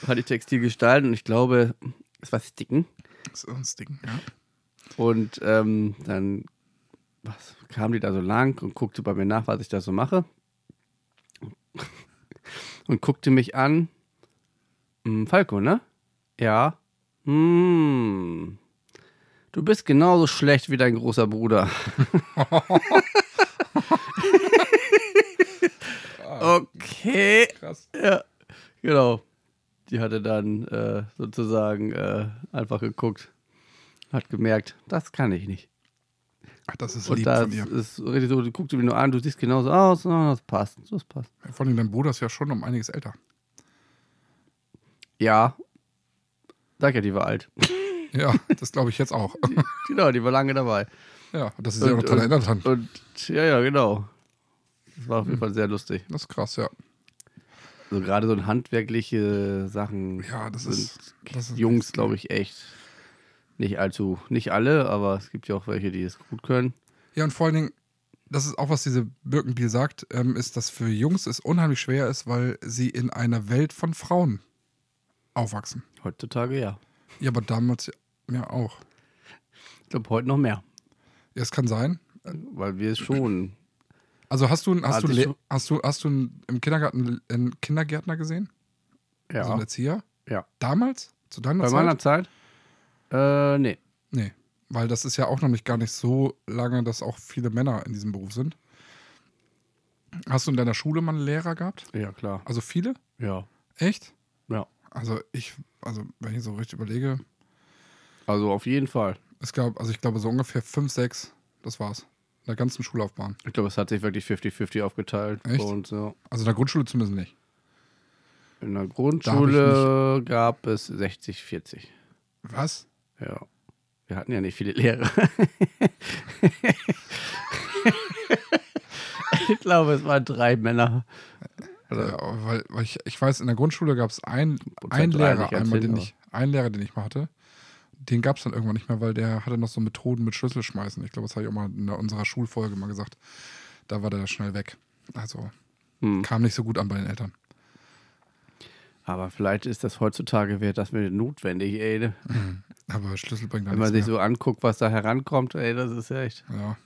hat die Textilgestalten und ich glaube, es war Sticken. So ein Ding, ja. Und ähm, dann was, kam die da so lang und guckte bei mir nach, was ich da so mache. Und guckte mich an. Hm, Falco, ne? Ja. Hm. Du bist genauso schlecht wie dein großer Bruder. okay. Krass. Ja, genau. Die hatte dann äh, sozusagen äh, einfach geguckt, hat gemerkt, das kann ich nicht. Ach, das ist Und lieb das von ihr. ist richtig so, die guckte mich nur an, du siehst genauso aus, ah, das passt, das passt. Vor allem dein Bruder ist ja schon um einiges älter. Ja, sag ja, die war alt. Ja, das glaube ich jetzt auch. genau, die war lange dabei. Ja, und dass sie sich auch noch daran erinnert haben. und ja, ja, genau. Das war auf Hm. jeden Fall sehr lustig. Das ist krass, ja. Also gerade so handwerkliche Sachen Ja, das sind ist. Das ist Jungs, glaube ich, echt Nicht allzu, nicht alle, aber es gibt ja auch welche, die es gut können. Ja, und vor allen Dingen, das ist auch, was diese Birkenbiel sagt, ähm, ist, dass für Jungs es unheimlich schwer ist, weil sie in einer Welt von Frauen aufwachsen. Heutzutage ja. Ja, aber damals ja auch. Ich glaube, heute noch mehr. Ja, es kann sein. Weil wir es schon. Also hast du, ein- hast Also du, le- Le- hast du, hast du ein- im Kindergarten einen Kindergärtner gesehen? Also Ja. einen Erzieher? Ja. Damals? Zu deiner Bei Zeit? meiner Zeit? Äh, nee. Nee, weil das ist ja auch noch nicht gar nicht so lange, dass auch viele Männer in diesem Beruf sind. Hast du in deiner Schule mal einen Lehrer gehabt? Ja, klar. Also viele? Ja. Echt? Ja. Also ich, also wenn ich so richtig überlege, Also auf jeden Fall. es gab, also ich glaube so ungefähr fünf, sechs, das war's. In der ganzen Schullaufbahn. Ich glaube, es hat sich wirklich 50-50 aufgeteilt. Echt? Und so. Also in der Grundschule zumindest nicht. In der Grundschule gab es 60-40. Was? Ja. Wir hatten ja nicht viele Lehrer. ich glaube, es waren drei Männer. Ja, Also, äh, weil, weil ich, ich weiß, in der Grundschule gab es einen Prozent leider Lehrer, nicht einmal, erzählen, den ich, einen Lehrer, den ich mal hatte. Den gab es dann irgendwann nicht mehr, weil der hatte noch so Methoden mit Schlüsselschmeißen. Ich glaube, das habe ich auch mal in unserer Schulfolge mal gesagt. Da war der dann schnell weg. Also Hm. kam nicht so gut an bei den Eltern. Aber vielleicht ist das heutzutage, wäre das mir notwendig, ey. ne? Aber Schlüssel bringt dann Wenn man nichts sich mehr. so anguckt, was da herankommt, ey, das ist echt. ja.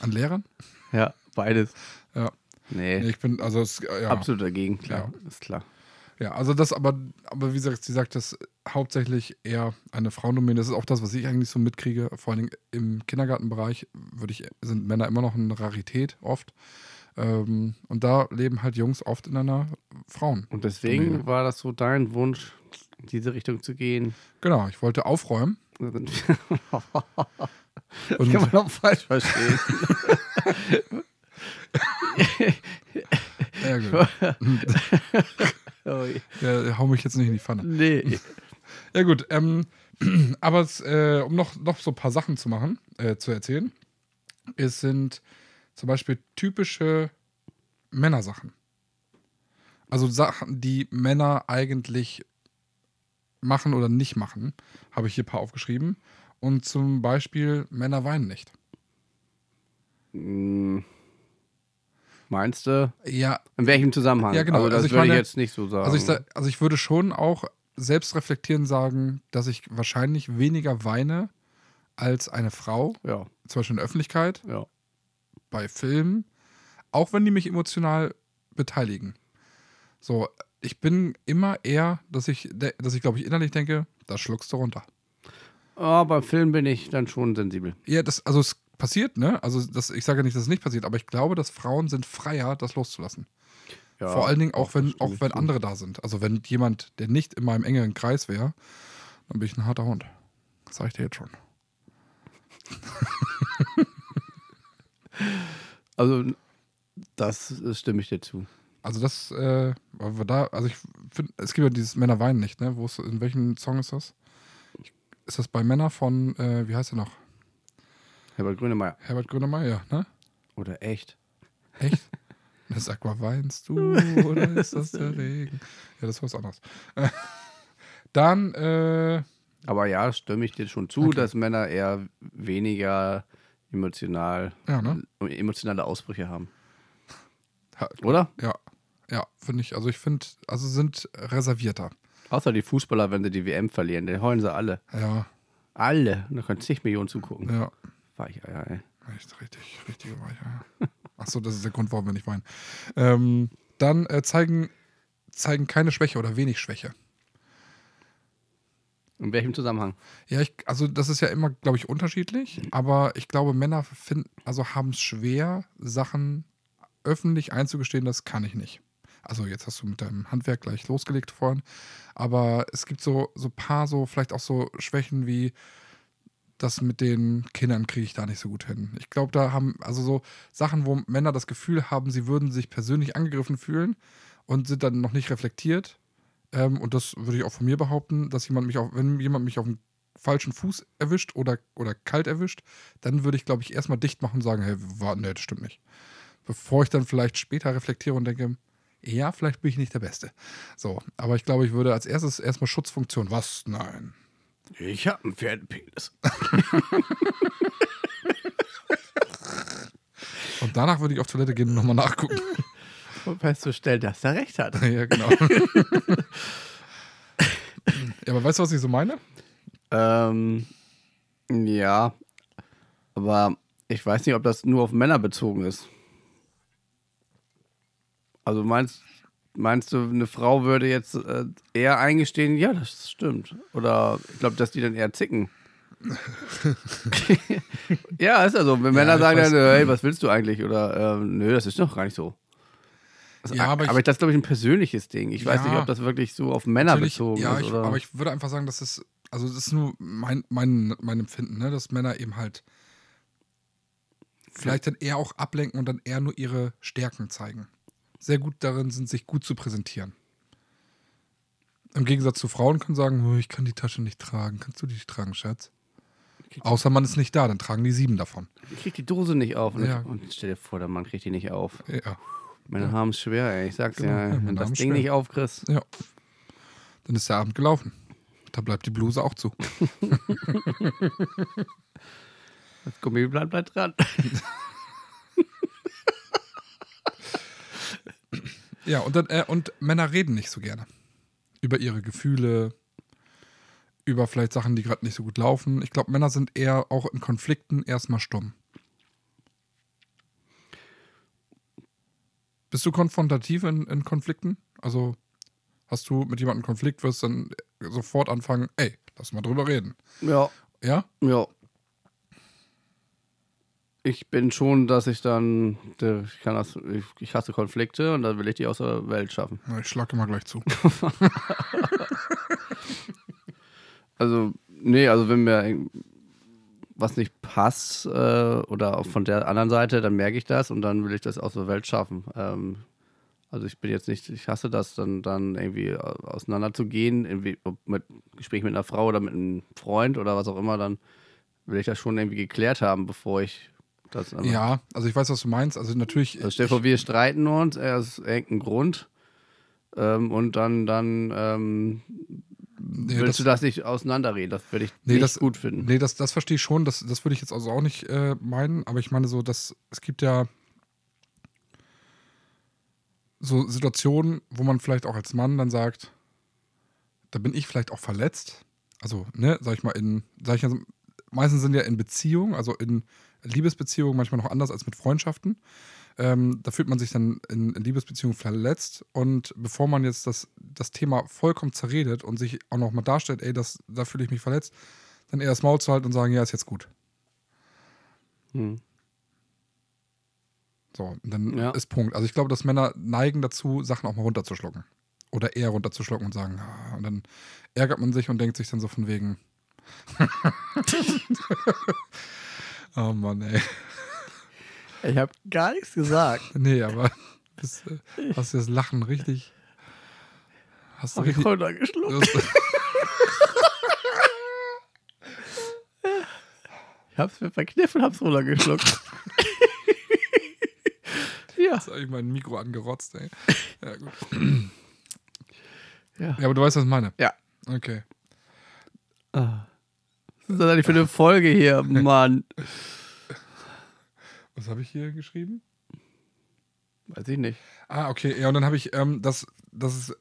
An Lehrern? Ja, beides. Ja. Nee, Nee, ich bin, also es, ja. absolut dagegen, klar. Ist klar. Ja, also das aber, aber wie gesagt, sie sagt, das ist hauptsächlich eher eine Frauendomäne. Das ist auch das, was ich eigentlich so mitkriege. Vor allen Dingen im Kindergartenbereich würde ich, sind Männer immer noch eine Rarität oft. Ähm, und da leben halt Jungs oft in einer Frauen. Und deswegen Domäne. war das so dein Wunsch, in diese Richtung zu gehen. Genau, ich wollte aufräumen. Das kann Und man auch falsch verstehen. ja, gut. Oh, Ja, hau mich jetzt nicht in die Pfanne. nee. Ja, gut. Ähm, aber es, äh, um noch, noch so ein paar Sachen zu machen, äh, zu erzählen, es sind zum Beispiel typische Männersachen. Also Sachen, die Männer eigentlich machen oder nicht machen, habe ich hier ein paar aufgeschrieben. Und zum Beispiel, Männer weinen nicht. Hm. Meinst du? Ja, In welchem Zusammenhang? Ja, genau. Also, das Also ich würde meine- ich jetzt nicht so sagen. also ich, sa- also ich würde schon auch selbst reflektieren sagen, dass ich wahrscheinlich weniger weine als eine Frau, ja, zum Beispiel in der Öffentlichkeit. ja. bei Filmen, auch wenn die mich emotional beteiligen. So, ich bin immer eher, dass ich, de- dass ich glaube ich innerlich denke, das schluckst du runter. Oh, beim Film bin ich dann schon sensibel. Ja, das, also es passiert, ne? Also das, ich sage ja nicht, dass es nicht passiert, aber ich glaube, dass Frauen sind freier, das loszulassen. Ja, Vor allen Dingen auch wenn, das stimme auch ich wenn zu. andere da sind. Also wenn jemand, der nicht in meinem engeren Kreis wäre, dann bin ich ein harter Hund. Das sage ich dir jetzt schon. Also, das äh, stimme ich dir zu. Also das, äh, aber da, also ich finde, es gibt ja dieses Männer weinen nicht, ne? Wo ist, in welchem Song ist das? Ist das bei Männer von, äh, wie heißt er noch? Herbert Grönemeyer. Herbert Grönemeyer, ne? Oder echt? Echt? Das sagt mal, weinst du oder ist das der Regen? Ja, das war was anderes. Äh, Dann, äh, Aber ja, stimme ich dir schon zu, Okay. dass Männer eher weniger emotional, ja, ne? äh, emotionale Ausbrüche haben. Ha- Oder? Ja, ja, finde ich. Also ich finde, also sind reservierter. Außer die Fußballer, wenn sie die WM verlieren, dann heulen sie alle. Ja, Alle. Da können zig Millionen zugucken. ja. Weicheier, ey. Echt richtig, richtige Weiche. Achso, das ist der Grund, warum wir nicht weinen. Ähm, dann äh, zeigen, zeigen keine Schwäche oder wenig Schwäche. In welchem Zusammenhang? Ja, ich, also das ist ja immer, glaube ich, unterschiedlich, aber ich glaube, Männer finden, also haben es schwer, Sachen öffentlich einzugestehen, das kann ich nicht. Also jetzt hast du mit deinem Handwerk gleich losgelegt vorhin, aber es gibt so so paar so vielleicht auch so Schwächen wie das mit den Kindern kriege ich da nicht so gut hin. Ich glaube, da haben also so Sachen, wo Männer das Gefühl haben, sie würden sich persönlich angegriffen fühlen und sind dann noch nicht reflektiert. Ähm, und das würde ich auch von mir behaupten, dass jemand mich auf, wenn jemand mich auf dem falschen Fuß erwischt oder, oder kalt erwischt, dann würde ich, glaube ich, erstmal dicht machen und sagen, hey, warte, nee, das stimmt nicht. Bevor ich dann vielleicht später reflektiere und denke, ja, vielleicht bin ich nicht der Beste. So, aber ich glaube, ich würde als erstes erstmal Schutzfunktion, was? Nein. Ich hab einen Pferdepenis. Und danach würde ich auf Toilette gehen und nochmal nachgucken. Um festzustellen, dass er recht hat. ja, genau. ja, aber weißt du, was ich so meine? Ähm, ja, aber ich weiß nicht, ob das nur auf Männer bezogen ist. Also meinst, meinst du, eine Frau würde jetzt äh, eher eingestehen, ja, das stimmt. Oder ich glaube, dass die dann eher zicken. ja, ist also, wenn Männer ich sagen weiß. dann, hey, was willst du eigentlich? Oder, ähm, nö, das ist doch gar nicht so. Das, Ja, aber ich- das ist, glaube ich, ein persönliches Ding. Ich weiß Ja. nicht, ob das wirklich so auf Männer Natürlich, bezogen ja, ist. ich, oder? aber ich würde einfach sagen, dass es, also das ist nur mein, mein, mein Empfinden, ne? dass Männer eben halt vielleicht dann eher auch ablenken und dann eher nur ihre Stärken zeigen. Sehr gut darin sind, sich gut zu präsentieren. Im Gegensatz zu Frauen können sagen, "Oh, ich kann die Tasche nicht tragen. Kannst du die tragen, Schatz? Außer man ist nicht da, dann tragen die sieben davon. Ich krieg die Dose nicht auf. Und, Ja. und stell dir vor, der Mann kriegt die nicht auf. Ja, Meine Arme ist schwer, ey. Ich sag's Genau, ja, ja. meine Wenn das Arme Ding schwer. nicht aufkriegst. ja. Dann ist der Abend gelaufen. Da bleibt die Bluse auch zu. Das Gummi bleibt, bleibt dran. Ja, und, dann, äh, und Männer reden nicht so gerne. Über ihre Gefühle, über vielleicht Sachen, die gerade nicht so gut laufen. Ich glaube, Männer sind eher auch in Konflikten erstmal stumm. Bist du konfrontativ in, in Konflikten? Also hast du mit jemandem einen Konflikt, wirst dann sofort anfangen, ey, lass mal drüber reden. Ja, Ja? ja. Ich bin schon, dass ich dann, äh, ich kann das, ich- ich hasse Konflikte und dann will ich die aus der Welt schaffen. Na, Ich schlage immer gleich zu. Also, nee, also wenn mir irgend- was nicht passt äh, oder auch von der anderen Seite, dann merke ich das und dann will ich das aus der Welt schaffen. Ähm, also ich bin jetzt nicht, ich hasse das, dann, dann irgendwie au- auseinanderzugehen, irgendwie, ob mit Gespräch mit einer Frau oder mit einem Freund oder was auch immer, dann will ich das schon irgendwie geklärt haben, bevor ich das einfach- Ja, also ich weiß, was du meinst. Also natürlich. also stell dir vor, wir streiten uns äh, aus irgendeinem Grund ähm, und dann, dann ähm, nee, willst du das nicht auseinanderreden. Das würde ich Nee, nicht das- gut finden. Nee, das, das verstehe ich schon. Das, das würde ich jetzt also auch nicht äh, meinen. Aber ich meine so, dass es gibt ja so Situationen, wo man vielleicht auch als Mann dann sagt, da bin ich vielleicht auch verletzt. Also, ne, sag ich mal, in, sag ich mal, meistens sind ja in Beziehungen, also in Liebesbeziehungen manchmal noch anders als mit Freundschaften. Ähm, da fühlt man sich dann in, in Liebesbeziehungen verletzt und bevor man jetzt das, das Thema vollkommen zerredet und sich auch nochmal darstellt, ey, das, da fühle ich mich verletzt, dann eher das Maul zu halten und sagen, ja, ist jetzt gut. Hm. So, und dann Ja. ist Punkt. Also ich glaube, dass Männer neigen dazu, Sachen auch mal runterzuschlucken. Oder eher runterzuschlucken und sagen, ah, und dann ärgert man sich und denkt sich dann so von wegen. oh Mann, ey. Ich habe gar nichts gesagt. Nee, aber das, äh, hast du das Lachen richtig. Hast du Habe ich richtig. runtergeschluckt. Ich hab's mir verkniffen und hab's runtergeschluckt. ja. Jetzt habe ich mein Mikro angerotzt, ey. Ja, gut. Ja. ja, aber du weißt, was ich meine. Ja. Okay. Ah. Was ist das eigentlich für eine Folge hier, Mann? Was habe ich hier geschrieben? Weiß ich nicht. Ah, okay. Ja, und dann habe ich, ähm, dass, dass es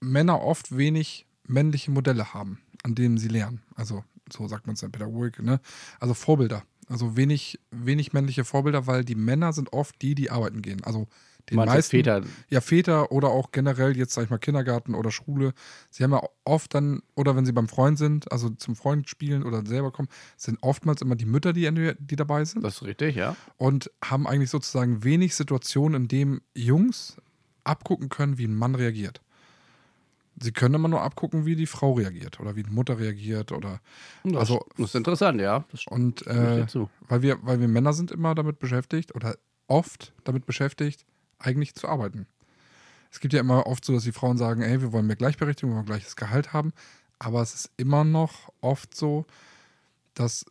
Männer oft wenig männliche Modelle haben, an denen sie lernen. Also, so sagt man es in der Pädagogik, ne? Also Vorbilder. Also wenig, wenig männliche Vorbilder, weil die Männer sind oft die, die arbeiten gehen. Also den Meinst du meisten. Peter? Ja, Väter oder auch generell jetzt, sag ich mal, Kindergarten oder Schule. Sie haben ja oft dann, oder wenn sie beim Freund sind, also zum Freund spielen oder selber kommen, sind oftmals immer die Mütter, die, die dabei sind Das ist richtig, ja. und haben eigentlich sozusagen wenig Situationen, in denen Jungs abgucken können, wie ein Mann reagiert. Sie können immer nur abgucken, wie die Frau reagiert oder wie die Mutter reagiert oder Das, also das ist interessant, ja. Das und stimme ich äh, dir zu. weil wir weil wir Männer sind immer damit beschäftigt oder oft damit beschäftigt, eigentlich zu arbeiten. Es gibt ja immer oft so, dass die Frauen sagen, ey, wir wollen mehr Gleichberechtigung, wir wollen gleiches Gehalt haben, aber es ist immer noch oft so, dass,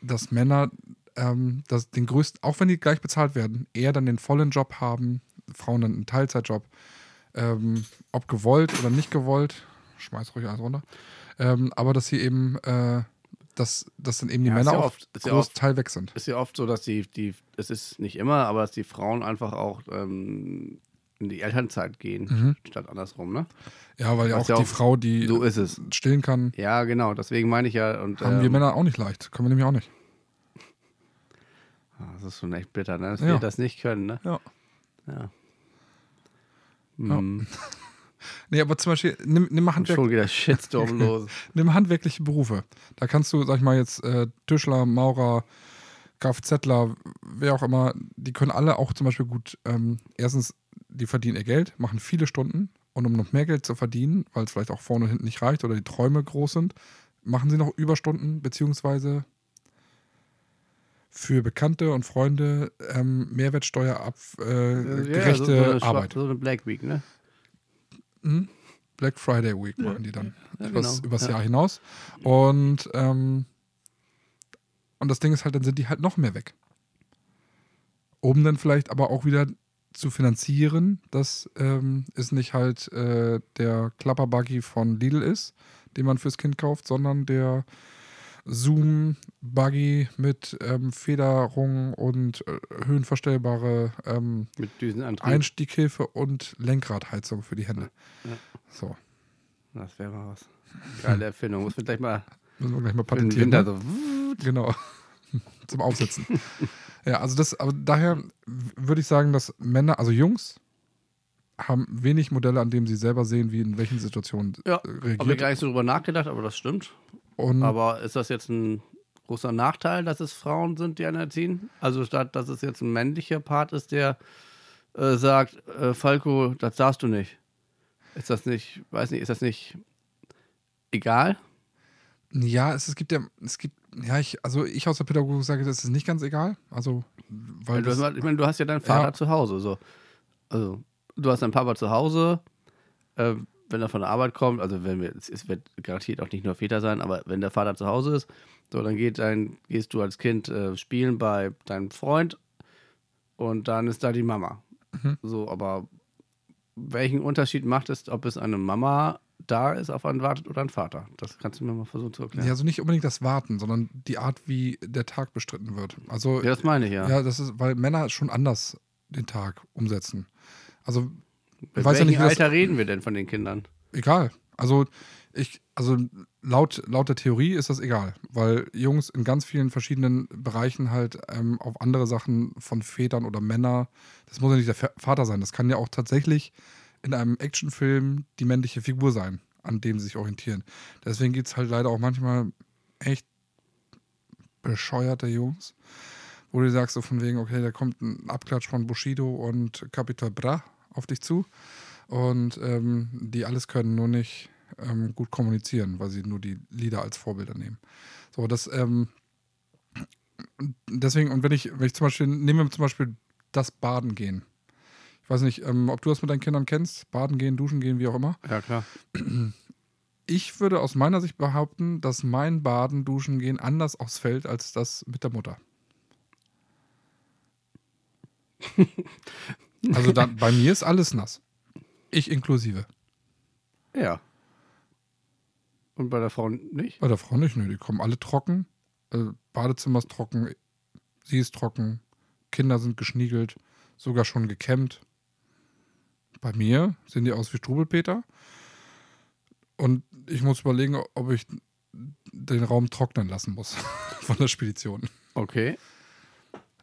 dass Männer ähm, dass den größten, auch wenn die gleich bezahlt werden, eher dann den vollen Job haben, Frauen dann einen Teilzeitjob, ähm, ob gewollt oder nicht gewollt. schmeiß ruhig alles runter. Ähm, aber dass hier eben, äh, dass, dass dann eben die Ja, ist Männer ja auch oft- ist ja Großteil weg sind. Ist ja oft so, dass die, die, es ist nicht immer, aber dass die Frauen einfach auch ähm, in die Elternzeit gehen, statt andersrum, ne? Ja, weil ja Was auch ja die auch- Frau, Mhm. die So ist es. stillen kann, Ja, genau, deswegen meine ich ja. Und, haben ähm, wir Männer auch nicht leicht. Können wir nämlich auch nicht. ah, Das ist schon echt bitter, ne? Dass Ja. wir das nicht können, ne? Ja. Ja. Hm, Nee, aber zum Beispiel, nimm, nimm, Und Handwerk, schon geht der Shitstorm los. nimm handwerkliche Berufe. Da kannst du, sag ich mal, jetzt äh, Tischler, Maurer, Kfzler, wer auch immer, die können alle auch zum Beispiel gut, ähm, erstens, die verdienen ihr Geld, machen viele Stunden und um noch mehr Geld zu verdienen, weil es vielleicht auch vorne und hinten nicht reicht oder die Träume groß sind, machen sie noch Überstunden, beziehungsweise für Bekannte und Freunde ähm, Mehrwertsteuergerechte äh, Ja, gerechte so, so eine, Schwa- Arbeit. So eine Black Week, ne? Black Friday Week machen die dann. ja, übers, genau, übers ja. Jahr hinaus. Und, ähm, und das Ding ist halt, dann sind die halt noch mehr weg. Um dann vielleicht aber auch wieder zu finanzieren, dass ähm, es nicht halt äh, der Klapperbuggy von Lidl ist, den man fürs Kind kauft, sondern der Zoom-Buggy mit ähm, Federung und äh, höhenverstellbare ähm, Mit Düsenantrieb. Einstieghilfe und Lenkradheizung für die Hände. Ja. So, das wäre mal was. Geile Erfindung. Muss man gleich mal müssen wir gleich mal für den patentieren. Winter ne? so. Genau. Zum Aufsitzen. ja, also das, aber daher w- würde ich sagen, dass Männer, also Jungs, haben wenig Modelle, an denen sie selber sehen, wie in welchen Situationen Ja, äh, Habe ich reagiert. gar nicht so drüber nachgedacht, aber das stimmt. Und Aber ist das jetzt ein großer Nachteil, dass es Frauen sind, die anerziehen? Also statt, dass es jetzt ein männlicher Part ist, der äh, sagt, äh, Falco, das darfst du nicht. Ist das nicht, weiß nicht, ist das nicht egal? ja, es, es gibt ja, es gibt, ja, ich, also ich aus der Pädagogik sage, das ist nicht ganz egal. Also, weil Weil du das, hast, ich meine, du hast ja deinen Vater Ja. zu Hause. So. Also, du hast deinen Papa zu Hause. Äh, wenn er von der Arbeit kommt, also wenn wir, es- es wird garantiert auch nicht nur Väter sein, aber wenn der Vater zu Hause ist, so, dann geht dein, gehst du als Kind äh, spielen bei deinem Freund und dann ist da die Mama. Mhm. So, aber welchen Unterschied macht es, ob es eine Mama da ist, auf einen wartet oder ein Vater? Das kannst du mir mal versuchen zu ja. erklären. so also nicht unbedingt das Warten, sondern die Art, wie der Tag bestritten wird. Also, Ja, das meine ich ja. ja, das ist, weil Männer schon anders den Tag umsetzen. Also, Mit weiß ja welchem nicht, wie das- Alter reden wir denn von den Kindern? egal. Also ich, also laut, laut der Theorie ist das egal, weil Jungs in ganz vielen verschiedenen Bereichen halt ähm, auf andere Sachen von Vätern oder Männer, das muss ja nicht der Fa- Vater sein, das kann ja auch tatsächlich in einem Actionfilm die männliche Figur sein, an dem sie sich orientieren. Deswegen gibt es halt leider auch manchmal echt bescheuerte Jungs, wo du sagst so von wegen, okay, da kommt ein Abklatsch von Bushido und Capital Bra auf dich zu und ähm, die alles können, nur nicht ähm, gut kommunizieren, weil sie nur die Lieder als Vorbilder nehmen. So, das, ähm, deswegen, und wenn ich, wenn ich zum Beispiel, nehmen wir zum Beispiel das Baden gehen. Ich weiß nicht, ähm, ob du das mit deinen Kindern kennst, Baden gehen, duschen gehen, wie auch immer. Ja, klar. Ich würde aus meiner Sicht behaupten, dass mein Baden, duschen gehen anders ausfällt als das mit der Mutter. Also dann, bei mir ist alles nass. Ich inklusive. Ja. Und bei der Frau nicht? Bei Ah, der Frau nicht, nö, die kommen alle trocken. Also Badezimmer ist trocken, sie ist trocken, Kinder sind geschniegelt, sogar schon gekämmt. Bei mir sehen die aus wie Strubelpeter. Und ich muss überlegen, ob ich den Raum trocknen lassen muss von der Spedition. Okay.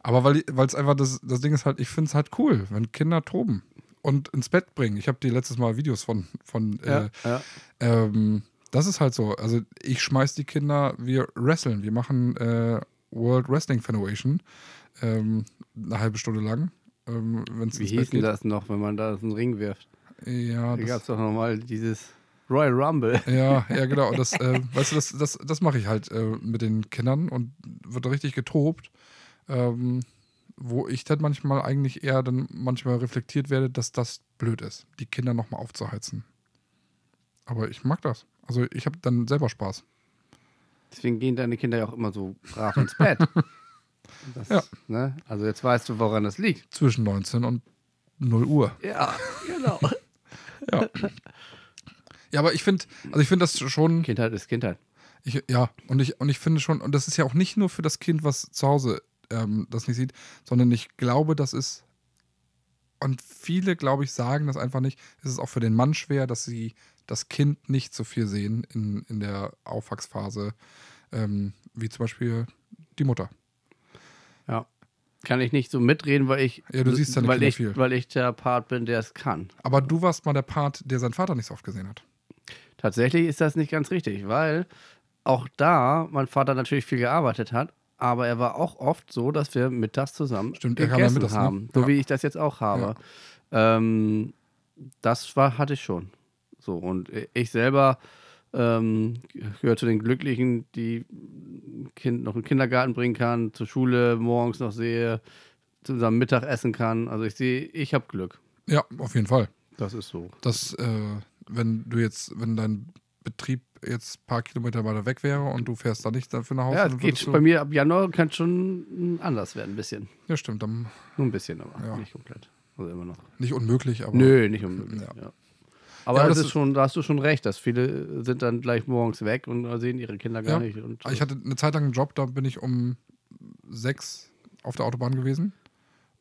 Aber weil es einfach das, das Ding ist halt, ich finde es halt cool, wenn Kinder toben und ins Bett bringen. Ich habe dir letztes Mal Videos von, von äh, Ja, ja. ähm, das ist halt so. Also ich schmeiß die Kinder, wir wresteln. Wir machen äh, World Wrestling Federation ähm, eine halbe Stunde lang. Ähm, wenn's Wie ins hieß Bett denn geht. das noch, wenn man da so einen Ring wirft? Ja, Da gab das, es doch nochmal dieses Royal Rumble. ja, ja, genau. Und das, äh, weißt du, das, das, das mache ich halt äh, mit den Kindern und wird richtig getobt. Ähm, wo ich dann manchmal eigentlich eher dann manchmal reflektiert werde, dass das blöd ist, die Kinder nochmal aufzuheizen. Aber ich mag das. Also ich habe dann selber Spaß. Deswegen gehen deine Kinder ja auch immer so brav ins Bett. Das, Ja. ne? Also jetzt weißt du, woran das liegt. Zwischen 19 und 0 Uhr. Ja, genau. Ja. Ja, aber ich finde, also ich finde das schon, Kindheit ist Kindheit. ich, ja, und ich, und ich finde schon, und das ist ja auch nicht nur für das Kind, was zu Hause ähm, das nicht sieht, sondern ich glaube, das ist, und viele, glaube ich, sagen das einfach nicht, es ist auch für den Mann schwer, dass sie das Kind nicht so viel sehen in, in der Aufwachsphase, ähm, wie zum Beispiel die Mutter. Ja. Kann ich nicht so mitreden, weil ich. Ja, du siehst deine weil Kinder ich, viel. Weil ich der Part bin, der es kann. Aber du warst mal der Part, der seinen Vater nicht so oft gesehen hat. Tatsächlich ist das nicht ganz richtig, weil auch da mein Vater natürlich viel gearbeitet hat, aber er war auch oft so, dass wir mittags zusammen Stimmt, er kam ja gegessen mittags, ne? haben, Ja. so wie ich das jetzt auch habe. Ähm, das war, hatte ich schon. So und ich selber ähm, gehöre zu den Glücklichen, die ein Kind noch in den Kindergarten bringen kann, zur Schule morgens noch sehe, zusammen Mittag essen kann. Also ich sehe, ich habe Glück. Ja, auf jeden Fall. Das ist so. dass äh, wenn du jetzt, wenn dein Betrieb jetzt ein paar Kilometer weiter weg wäre und du fährst da nicht dafür nach Hause, Ja, dann es würdest geht du, bei mir ab Januar kann schon anders werden, ein bisschen. Ja, stimmt, dann Nur ein bisschen, aber Ja. nicht komplett. Also immer noch. nicht unmöglich, aber Nö, nicht unmöglich. Ja. Ja. Aber Ja, aber das das ist schon, da hast du schon recht, dass viele sind dann gleich morgens weg und sehen ihre Kinder gar Ja. nicht. Und, Ah, ich hatte eine Zeit lang einen Job, da bin ich um sechs auf der Autobahn gewesen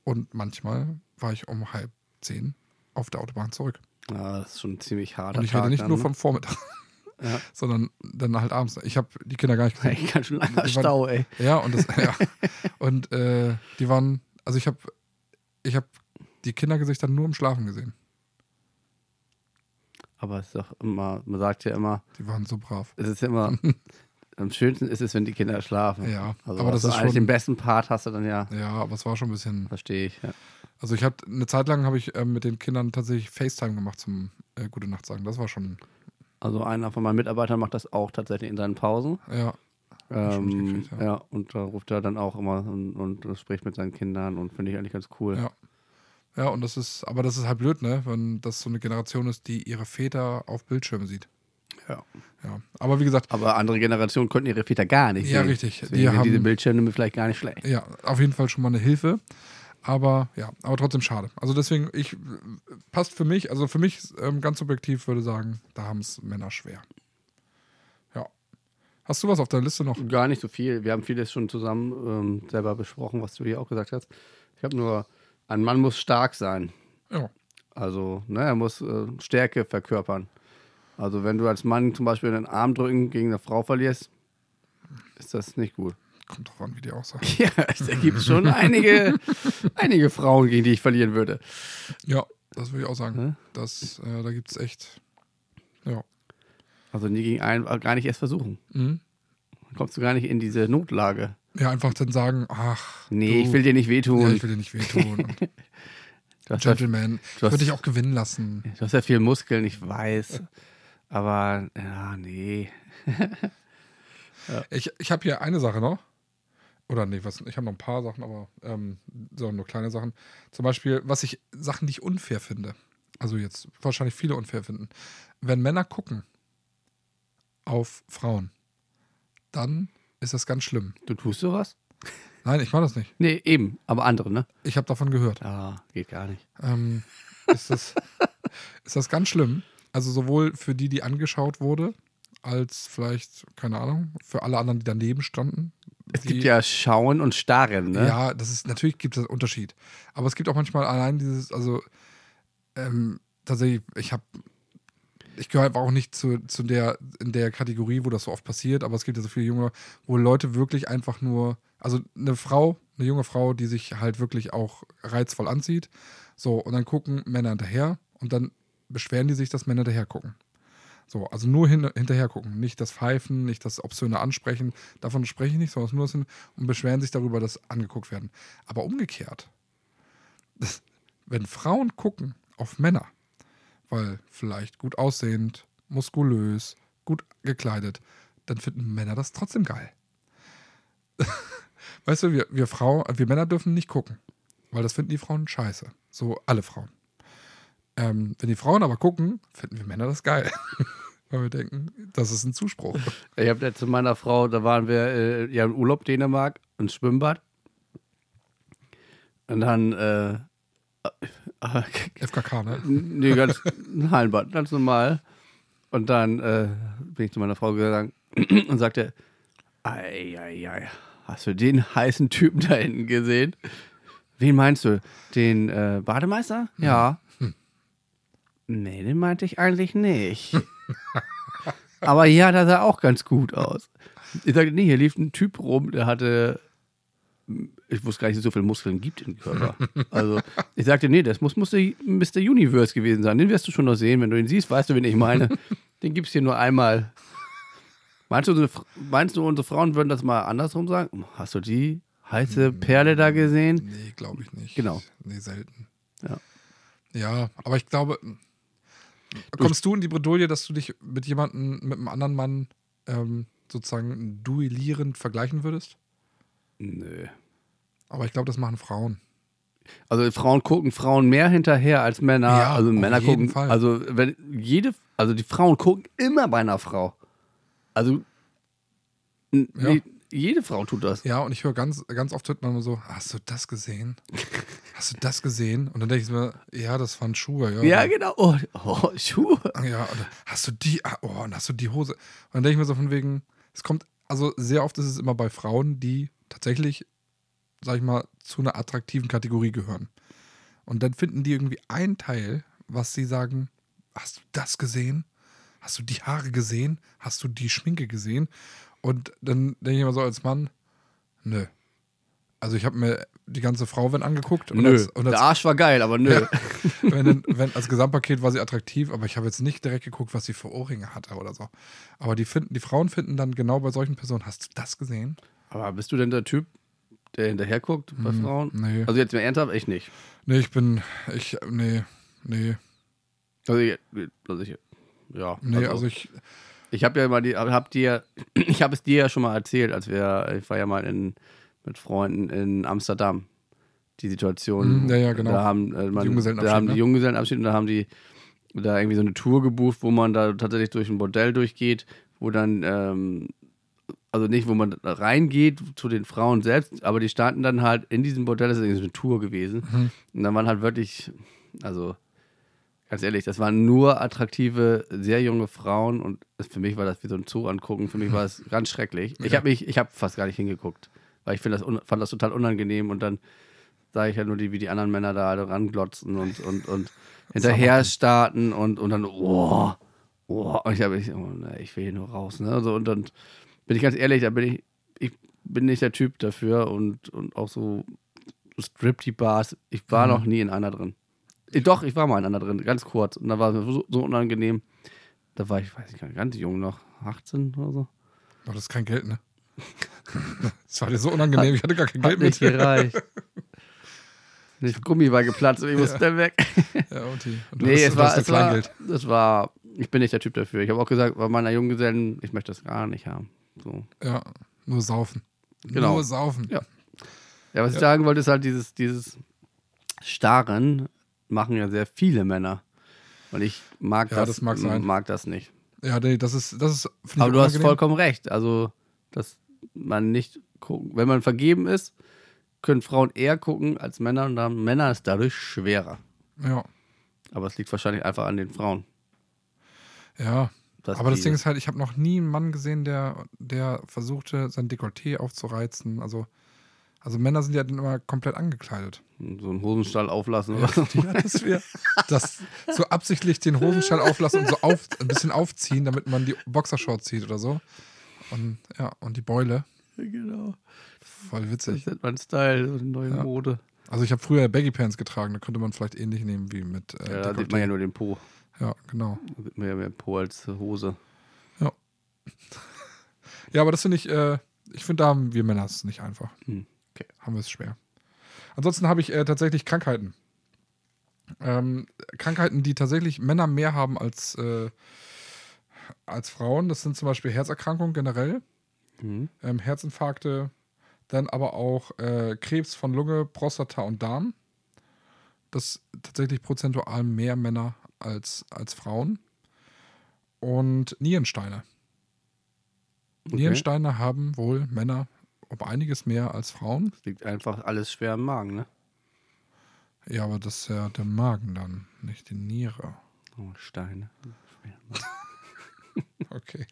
und manchmal war ich um halb zehn auf der Autobahn zurück. ah, das ist schon ein ziemlich hart. Und ich rede nicht ne? nur vom Vormittag, Ja. sondern dann halt abends. Ich habe die Kinder gar nicht gesehen. Ich kann schon langer Die waren- Stau, ey. Ja, und das, ja. Und äh, die waren, also ich habe ich hab die Kindergesichter nur im Schlafen gesehen. Aber es ist doch immer, man sagt ja immer, Die waren so brav. es ist immer, am schönsten ist es, wenn die Kinder schlafen. Ja, also aber hast das du ist eigentlich schon- den besten Part hast du dann ja, Ja, aber es war schon ein bisschen. verstehe ich. Ja. Also ich hatte eine Zeit lang habe ich ähm, mit den Kindern tatsächlich FaceTime gemacht zum äh, Gute Nacht sagen. Das war schon, Also einer von meinen Mitarbeitern macht das auch tatsächlich in seinen Pausen. ja, schon Ähm, mitgekriegt, ja. ja. und da ruft er dann auch immer und, und spricht mit seinen Kindern und finde ich eigentlich ganz cool. ja. Ja, und das ist, aber das ist halt blöd, ne? Wenn das so eine Generation ist, die ihre Väter auf Bildschirmen sieht. Ja. Ja. Aber wie gesagt, Aber andere Generationen konnten ihre Väter gar nicht Ja, sehen. richtig. Deswegen Die sind haben- diese Bildschirme vielleicht gar nicht schlecht. ja, auf jeden Fall schon mal eine Hilfe. Aber ja, aber trotzdem schade. Also deswegen, ich passt für mich, also für mich ähm, ganz subjektiv würde sagen, da haben es Männer schwer. Ja. Hast du was auf der Liste noch? Gar nicht so viel. Wir haben vieles schon zusammen ähm, selber besprochen, was du hier auch gesagt hast. Ich habe nur, ein Mann muss stark sein. Ja. Also, ne, er muss äh, Stärke verkörpern. Also, wenn du als Mann zum Beispiel einen Arm drücken gegen eine Frau verlierst, ist das nicht gut. Kommt drauf an, wie die aussah. Ja, es gibt schon einige, einige Frauen, gegen die ich verlieren würde. Ja, das würde ich auch sagen. Hä? Das, äh, da gibt es echt. Ja. Also nie gegen einen, gar nicht erst versuchen. Mhm. Dann kommst du gar nicht in diese Notlage. Ja, einfach dann sagen, ach. Nee, du, ich will dir nicht ja, wehtun. ich will dir nicht wehtun. Und du, hast ja, du Gentleman. Ich hast- würde dich auch gewinnen lassen. hast ja viel Muskeln, ich weiß. Aber, ja, nee. Ich, ich habe hier eine Sache noch. Oder nee, was, ich habe noch ein paar Sachen, aber ähm, so nur kleine Sachen. Zum Beispiel, was ich, Sachen, die ich unfair finde. Also jetzt wahrscheinlich viele unfair finden. Wenn Männer gucken auf Frauen, dann ist das ganz schlimm. Du tust sowas? Nein, ich mache das nicht. Nee, eben. Aber andere, ne? Ich habe davon gehört. Ah, geht gar nicht. Ähm, ist, das, ist das ganz schlimm? Also sowohl für die, die angeschaut wurde, als vielleicht, keine Ahnung, für alle anderen, die daneben standen. Es die, gibt ja Schauen und Starren, ne? Ja, das ist, natürlich gibt es einen Unterschied. Aber es gibt auch manchmal allein dieses, also ähm, tatsächlich, ich habe, ich gehöre einfach auch nicht zu, zu der, in der Kategorie, wo das so oft passiert, aber es gibt ja so viele junge, wo Leute wirklich einfach nur, also eine Frau, eine junge Frau, die sich halt wirklich auch reizvoll anzieht, so, und dann gucken Männer hinterher und dann beschweren die sich, dass Männer hinterher gucken. So, also nur hin, hinterher gucken, nicht das Pfeifen, nicht das obszöne Ansprechen, davon spreche ich nicht, sondern nur das hin und beschweren sich darüber, dass angeguckt werden. Aber umgekehrt, das, wenn Frauen gucken auf Männer, weil vielleicht gut aussehend, muskulös, gut gekleidet, dann finden Männer das trotzdem geil. weißt du, wir, wir Frauen, wir Männer dürfen nicht gucken, weil das finden die Frauen scheiße. So alle Frauen. Ähm, wenn die Frauen aber gucken, finden wir Männer das geil. weil wir denken, das ist ein Zuspruch. Ich habe zu meiner Frau, da waren wir äh, ja im Urlaub Dänemark, ein Schwimmbad. Und dann äh, äh, FKK, ne? nee, ganz ein Hallenbad, ganz normal. Und dann äh, bin ich zu meiner Frau gegangen und sagte, ei, ei, ei, hast du den heißen Typen da hinten gesehen? Wen meinst du? Den äh, Bademeister? Ja. Nee, den meinte ich eigentlich nicht. Aber ja, da sah auch ganz gut aus. Ich sagte, nee, hier lief ein Typ rum, der hatte, hm, ich wusste gar nicht, dass es so viele Muskeln gibt im Körper. Also ich sagte, nee, das muss, muss der Mr. Universe gewesen sein. Den wirst du schon noch sehen. Wenn du ihn siehst, weißt du, wen ich meine. Den gibt es hier nur einmal. Meinst du, unsere Fr- meinst du, unsere Frauen würden das mal andersrum sagen? Hast du die heiße Perle da gesehen? Nee, glaube ich nicht. Genau. Nee, selten. Ja. Ja, aber ich glaube, hm. kommst du in die Bredouille, dass du dich mit jemandem, mit einem anderen Mann ähm, sozusagen duellierend vergleichen würdest? Nö. Aber ich glaube, das machen Frauen. Also Frauen gucken Frauen mehr hinterher als Männer. Ja, also auf Männer jeden gucken. Fall. Also wenn jede, also die Frauen gucken immer bei einer Frau. Also n- Ja. nee, jede Frau tut das. Ja, und ich höre ganz, ganz oft hört man immer so, hast du das gesehen? Hast du das gesehen? Und dann denke ich mir, ja, das waren Schuhe. Ja, Ja, genau. Oh, oh, Schuhe. Ja, und hast du die, ah, oh, und hast du die Hose? Und dann denke ich mir so von wegen, es kommt, also sehr oft ist es immer bei Frauen, die tatsächlich, sag ich mal, zu einer attraktiven Kategorie gehören. Und dann finden die irgendwie einen Teil, was sie sagen, hast du das gesehen? Hast du die Haare gesehen? Hast du die Schminke gesehen? Und dann denke ich immer so als Mann, nö. Also ich habe mir die ganze Frau, wenn angeguckt, und nö. als, und als Der Arsch war geil, aber nö. wenn, denn- wenn, als Gesamtpaket war sie attraktiv, aber ich habe jetzt nicht direkt geguckt, was sie für Ohrringe hatte oder so. Aber die, finden, die Frauen finden dann genau bei solchen Personen, hast du das gesehen? Aber bist du denn der Typ, der hinterher guckt bei Frauen? Hm, nee. Also jetzt mal ernsthaft, ich nicht. Nee, ich bin, ich, nee, nee, Also ich, also ich ja. nee, also, ich, Ich habe ja mal die, hab dir, ich habe es dir ja schon mal erzählt, als wir, ich war ja mal in, mit Freunden in Amsterdam. Die Situation. Mhm, ja, ja, genau. Da haben, äh, man, Junggesellenabschied, da haben ne? die Junggesellenabschied und da haben die da irgendwie so eine Tour gebucht, wo man da tatsächlich durch ein Bordell durchgeht, wo dann, ähm, also nicht, wo man da reingeht zu den Frauen selbst, aber die standen dann halt in diesem Bordell, das ist irgendwie so eine Tour gewesen. Und dann waren halt wirklich, also Ganz ehrlich, das waren nur attraktive, sehr junge Frauen und es- für mich war das wie so ein Zoo angucken. Für mich war es ganz schrecklich. Ich habe mich, ich habe fast gar nicht hingeguckt, weil ich find das un, fand das total unangenehm und dann sah ich ja nur die, wie die anderen Männer da alle ranglotzen und und und hinterher starten und und dann oh, oh. und ich habe ich, oh, nee, ich will hier nur raus, ne? So und dann bin ich ganz ehrlich, da bin ich ich bin nicht der Typ dafür und und auch so Striptease Bars, ich war noch nie in einer drin. Äh, Doch, ich war mal in einer drin, ganz kurz. Und da war es mir so, so unangenehm. Da war ich, weiß ich gar nicht, ganz jung noch, 18 oder so. doch, das ist kein Geld, ne? Das war dir so unangenehm, ich hatte gar kein Hat Geld nicht mit. Ja, gereicht. Das Gummi war geplatzt und ich musste dann weg. und die, und du Nee, hast- es du hast war, ein es, war, Kleingeld. es war, ich bin nicht der Typ dafür. Ich habe auch gesagt, bei meiner Junggesellen, ich möchte das gar nicht haben. So. Ja, nur saufen. Genau. Nur saufen. Ja. Ja, was ich sagen wollte, ist halt dieses, dieses Starren machen ja sehr viele Männer. Und ich mag, Ja, das, das mag sein. mag das nicht. Ja, nee, das ist, das ist, finde ich Aber du hast unangenehm. vollkommen recht. Also, dass man nicht gucken. Wenn man vergeben ist, können Frauen eher gucken als Männer und dann Männer ist dadurch schwerer. Ja, Aber es liegt wahrscheinlich einfach an den Frauen. ja. dass Aber das die- Ding ist halt, ich habe noch nie einen Mann gesehen, der, der versuchte, sein Dekolleté aufzureizen. Also, also Männer sind ja dann immer komplett angekleidet. So einen Hosenstall auflassen oder so. Ja, dass wir das so absichtlich den Hosenstall auflassen und so auf, ein bisschen aufziehen, damit man die Boxershorts zieht oder so. Und ja, und die Beule. genau. Voll Das witzig. ist mein Style, so eine neue Ja. Mode. Also ich habe früher Baggy Pants getragen, da könnte man vielleicht ähnlich nehmen wie mit äh, Ja, da sieht Dekolleté. man ja nur den Po. ja, genau. Da sieht man ja mehr Po als Hose. Ja, aber das finde ich, äh, ich finde, da haben wir Männer es nicht einfach. Hm, okay. Haben wir es schwer. Ansonsten habe ich äh, tatsächlich Krankheiten. Ähm, Krankheiten, die tatsächlich Männer mehr haben als, äh, als Frauen. Das sind zum Beispiel Herzerkrankungen generell, Hm. ähm, Herzinfarkte, dann aber auch äh, Krebs von Lunge, Prostata und Darm. Das tatsächlich prozentual mehr Männer als, als Frauen. Und Nierensteine. Okay. Nierensteine haben wohl Männer um einiges mehr als Frauen. Das liegt einfach alles schwer im Magen, ne? Ja, aber das ist ja der Magen dann, nicht die Niere. Oh, Steine. Okay.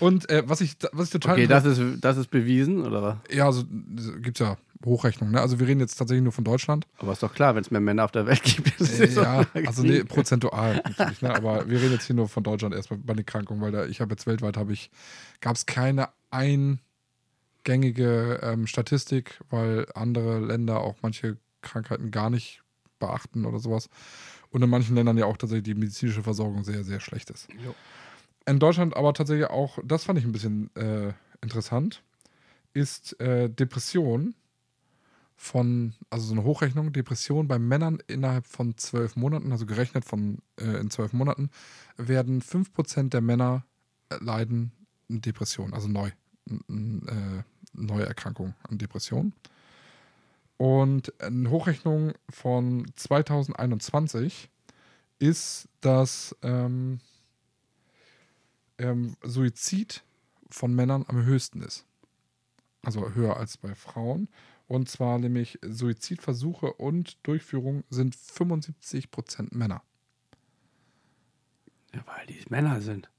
Und äh, was, ich, was ich total. Okay, das ist, das ist bewiesen, oder was? ja, also gibt es ja Hochrechnungen. Ne? Also wir reden jetzt tatsächlich nur von Deutschland. Aber ist doch klar, wenn es mehr Männer auf der Welt gibt, ist Äh, es doch ja, klar also nee, gestiegen. prozentual natürlich, ne? aber wir reden jetzt hier nur von Deutschland erstmal bei den Krankungen, weil da, ich habe jetzt weltweit habe ich, gab es keine eingängige ähm, Statistik, weil andere Länder auch manche Krankheiten gar nicht beachten oder sowas. Und in manchen Ländern ja auch tatsächlich die medizinische Versorgung sehr, sehr schlecht ist. Jo. In Deutschland aber tatsächlich auch, das fand ich ein bisschen äh, interessant, ist äh, Depression von, also so eine Hochrechnung, Depression bei Männern innerhalb von zwölf Monaten, also gerechnet von äh, in zwölf Monaten, werden 5% der Männer äh, leiden an Depression, also neu, n- n- äh, neue Erkrankung an Depression. Und eine Hochrechnung von 2021 ist, dass ähm, ähm, Suizid von Männern am höchsten ist. Also höher als bei Frauen. Und zwar nämlich Suizidversuche und Durchführung sind 75% Männer. Ja, weil die Männer sind.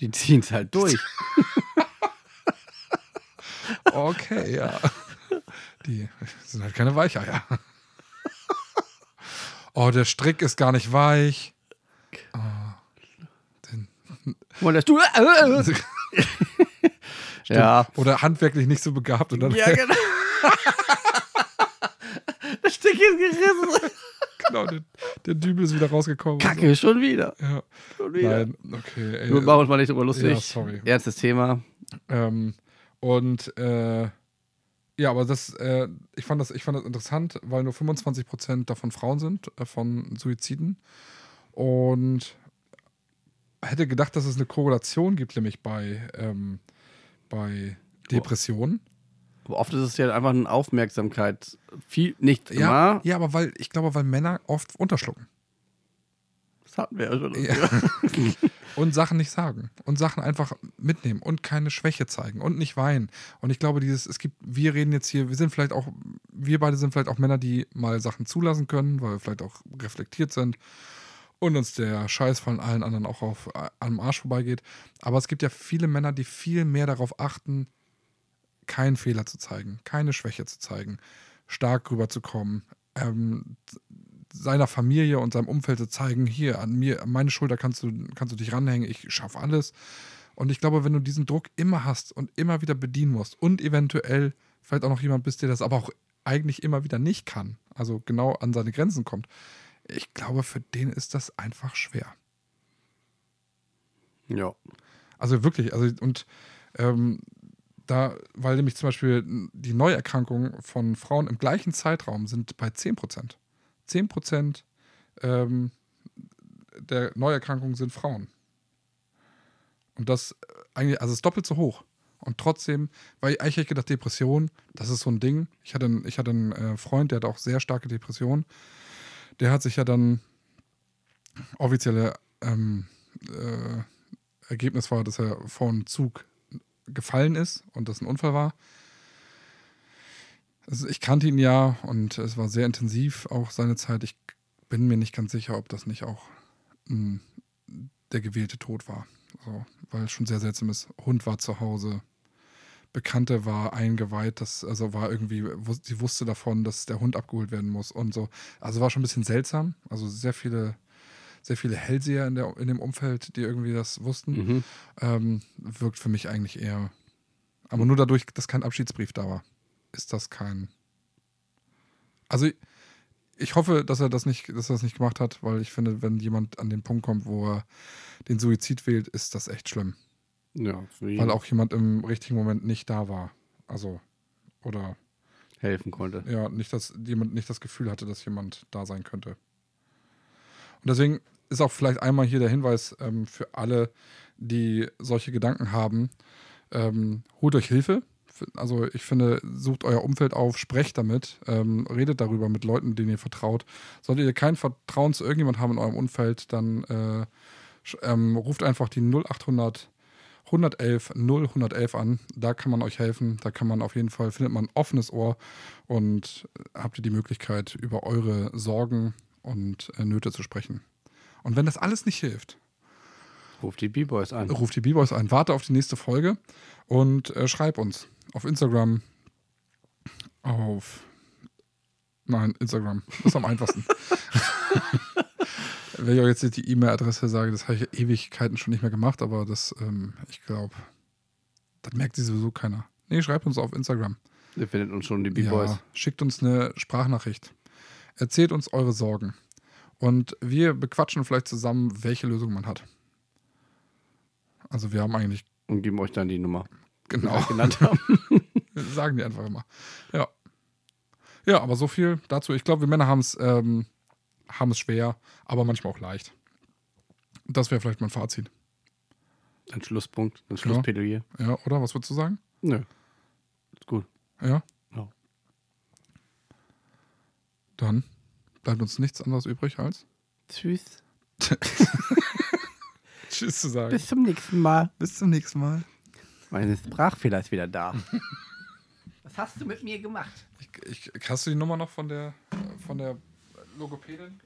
Die ziehen es halt durch. Okay, ja. Die sind halt keine Weicheier. Oh, der Strick ist gar nicht weich. Oh, den, Und das du. ja. oder handwerklich nicht so begabt. Und dann, Ja, genau. das Stück ist gerissen. genau, der, der Dübel ist wieder rausgekommen. Kacke, schon wieder. Ja. Schon wieder. Nein, okay. Ey, Wir machen uns mal nicht drüber lustig. Ja, sorry. Ernstes Thema. Ähm, und äh, ja, aber das, äh, ich, fand das, ich fand das interessant, weil nur 25% davon Frauen sind, äh, von Suiziden. Und hätte gedacht, dass es eine Korrelation gibt, nämlich bei, ähm, bei Depressionen. Aber oft ist es ja einfach eine Aufmerksamkeit. Viel, nicht Ja, immer. ja, aber weil, ich glaube, weil Männer oft unterschlucken Das hatten wir ja schon. Ja. und Sachen nicht sagen und Sachen einfach mitnehmen und keine Schwäche zeigen und nicht weinen. Und ich glaube, dieses, es gibt, wir reden jetzt hier, wir sind vielleicht auch, wir beide sind vielleicht auch Männer, die mal Sachen zulassen können, weil wir vielleicht auch reflektiert sind und uns der Scheiß von allen anderen auch auf, äh, am Arsch vorbeigeht. Aber es gibt ja viele Männer, die viel mehr darauf achten, keinen Fehler zu zeigen, keine Schwäche zu zeigen, stark rüberzukommen, ähm, seiner Familie und seinem Umfeld zu zeigen, hier, an mir, an meine Schulter kannst du, kannst du dich ranhängen, ich schaffe alles. Und ich glaube, wenn du diesen Druck immer hast und immer wieder bedienen musst und eventuell vielleicht auch noch jemand bist, der das aber auch eigentlich immer wieder nicht kann, also genau an seine Grenzen kommt, ich glaube, für den ist das einfach schwer. ja. Also wirklich, also und ähm, da, weil nämlich zum Beispiel die Neuerkrankungen von Frauen im gleichen Zeitraum sind bei 10 Prozent. 10 Prozent ähm, der Neuerkrankungen sind Frauen. Und das äh, eigentlich, also es ist doppelt so hoch. Und trotzdem, weil eigentlich hätte ich gedacht, Depression, das ist so ein Ding. Ich hatte, einen- ich hatte einen äh, Freund, der hatte auch sehr starke Depressionen. Der hat sich ja dann offizielle ähm, äh, Ergebnis war, dass er vor einem Zug gefallen ist und das ein Unfall war. Also ich kannte ihn ja und es war sehr intensiv auch seine Zeit. Ich bin mir nicht ganz sicher, ob das nicht auch mh, der gewählte Tod war. So, weil es schon sehr seltsam ist. Hund war zu Hause. Bekannte war eingeweiht, das also war irgendwie, wus- sie wusste davon, dass der Hund abgeholt werden muss und so. Also war schon ein bisschen seltsam. Also sehr viele, sehr viele Hellseher in, der, in dem Umfeld, die irgendwie das wussten Mhm. ähm, wirkt für mich eigentlich eher. Aber nur dadurch, dass kein Abschiedsbrief da war, ist das kein. Also ich- ich hoffe, dass er das nicht, dass er das nicht gemacht hat, weil ich finde, wenn jemand an den Punkt kommt, wo er den Suizid wählt, ist das echt schlimm, Ja, für jeden weil auch jemand im richtigen Moment nicht da war. Also oder helfen konnte. ja, nicht, dass jemand nicht das Gefühl hatte, dass jemand da sein könnte. Und deswegen ist auch vielleicht einmal hier der Hinweis ähm, für alle, die solche Gedanken haben. Ähm, holt euch Hilfe. F- Also ich finde, sucht euer Umfeld auf, sprecht damit, ähm, redet darüber mit Leuten, denen ihr vertraut. Solltet ihr kein Vertrauen zu irgendjemand haben in eurem Umfeld, dann äh, sch- ähm, ruft einfach die 0800 111 0111 an. Da kann man euch helfen. Da kann man auf jeden Fall, findet man ein offenes Ohr und äh, habt ihr die Möglichkeit, über eure Sorgen und äh, Nöte zu sprechen. Und wenn das alles nicht hilft, Ruf die B-Boys an. Ruf die B-Boys an, warte auf die nächste Folge und äh, schreib uns auf Instagram. Auf. Nein, Instagram. Ist am einfachsten. Wenn ich euch jetzt nicht die E-Mail-Adresse sage, das habe ich Ewigkeiten schon nicht mehr gemacht, aber das, ähm, ich glaube, das merkt sich sowieso keiner. Nee, schreibt uns auf Instagram. Ihr findet uns schon, die B-Boys. Ja, schickt uns eine Sprachnachricht. Erzählt uns eure Sorgen. Und wir bequatschen vielleicht zusammen, welche Lösung man hat. Also wir haben eigentlich, Und geben euch dann die Nummer, die wir genau, euch genannt haben. sagen die einfach immer. Ja. Ja, aber so viel dazu. Ich glaube, wir Männer haben es ähm, haben es schwer, aber manchmal auch leicht. Das wäre vielleicht mein Fazit. Ein Schlusspunkt, ein Schlussplädoyer. Ja, oder? Was würdest du sagen? Nö. Ist gut. Ja. Ja. Dann bleibt uns nichts anderes übrig als Tschüss. Tschüss zu sagen. Bis zum nächsten Mal. Bis zum nächsten Mal. Meine Sprachfehler ist wieder da. Was hast du mit mir gemacht? Ich, ich, hast du die Nummer noch von der von der Logopädin?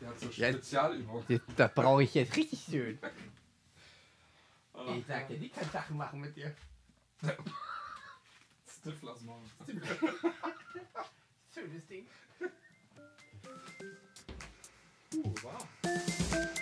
Die hat so Ja. Spezialübungen. Das brauche ich jetzt richtig schön. Ich sag dir, die kann Sachen machen mit dir. Stiflers machen. Schönes Ding. Uh, wow.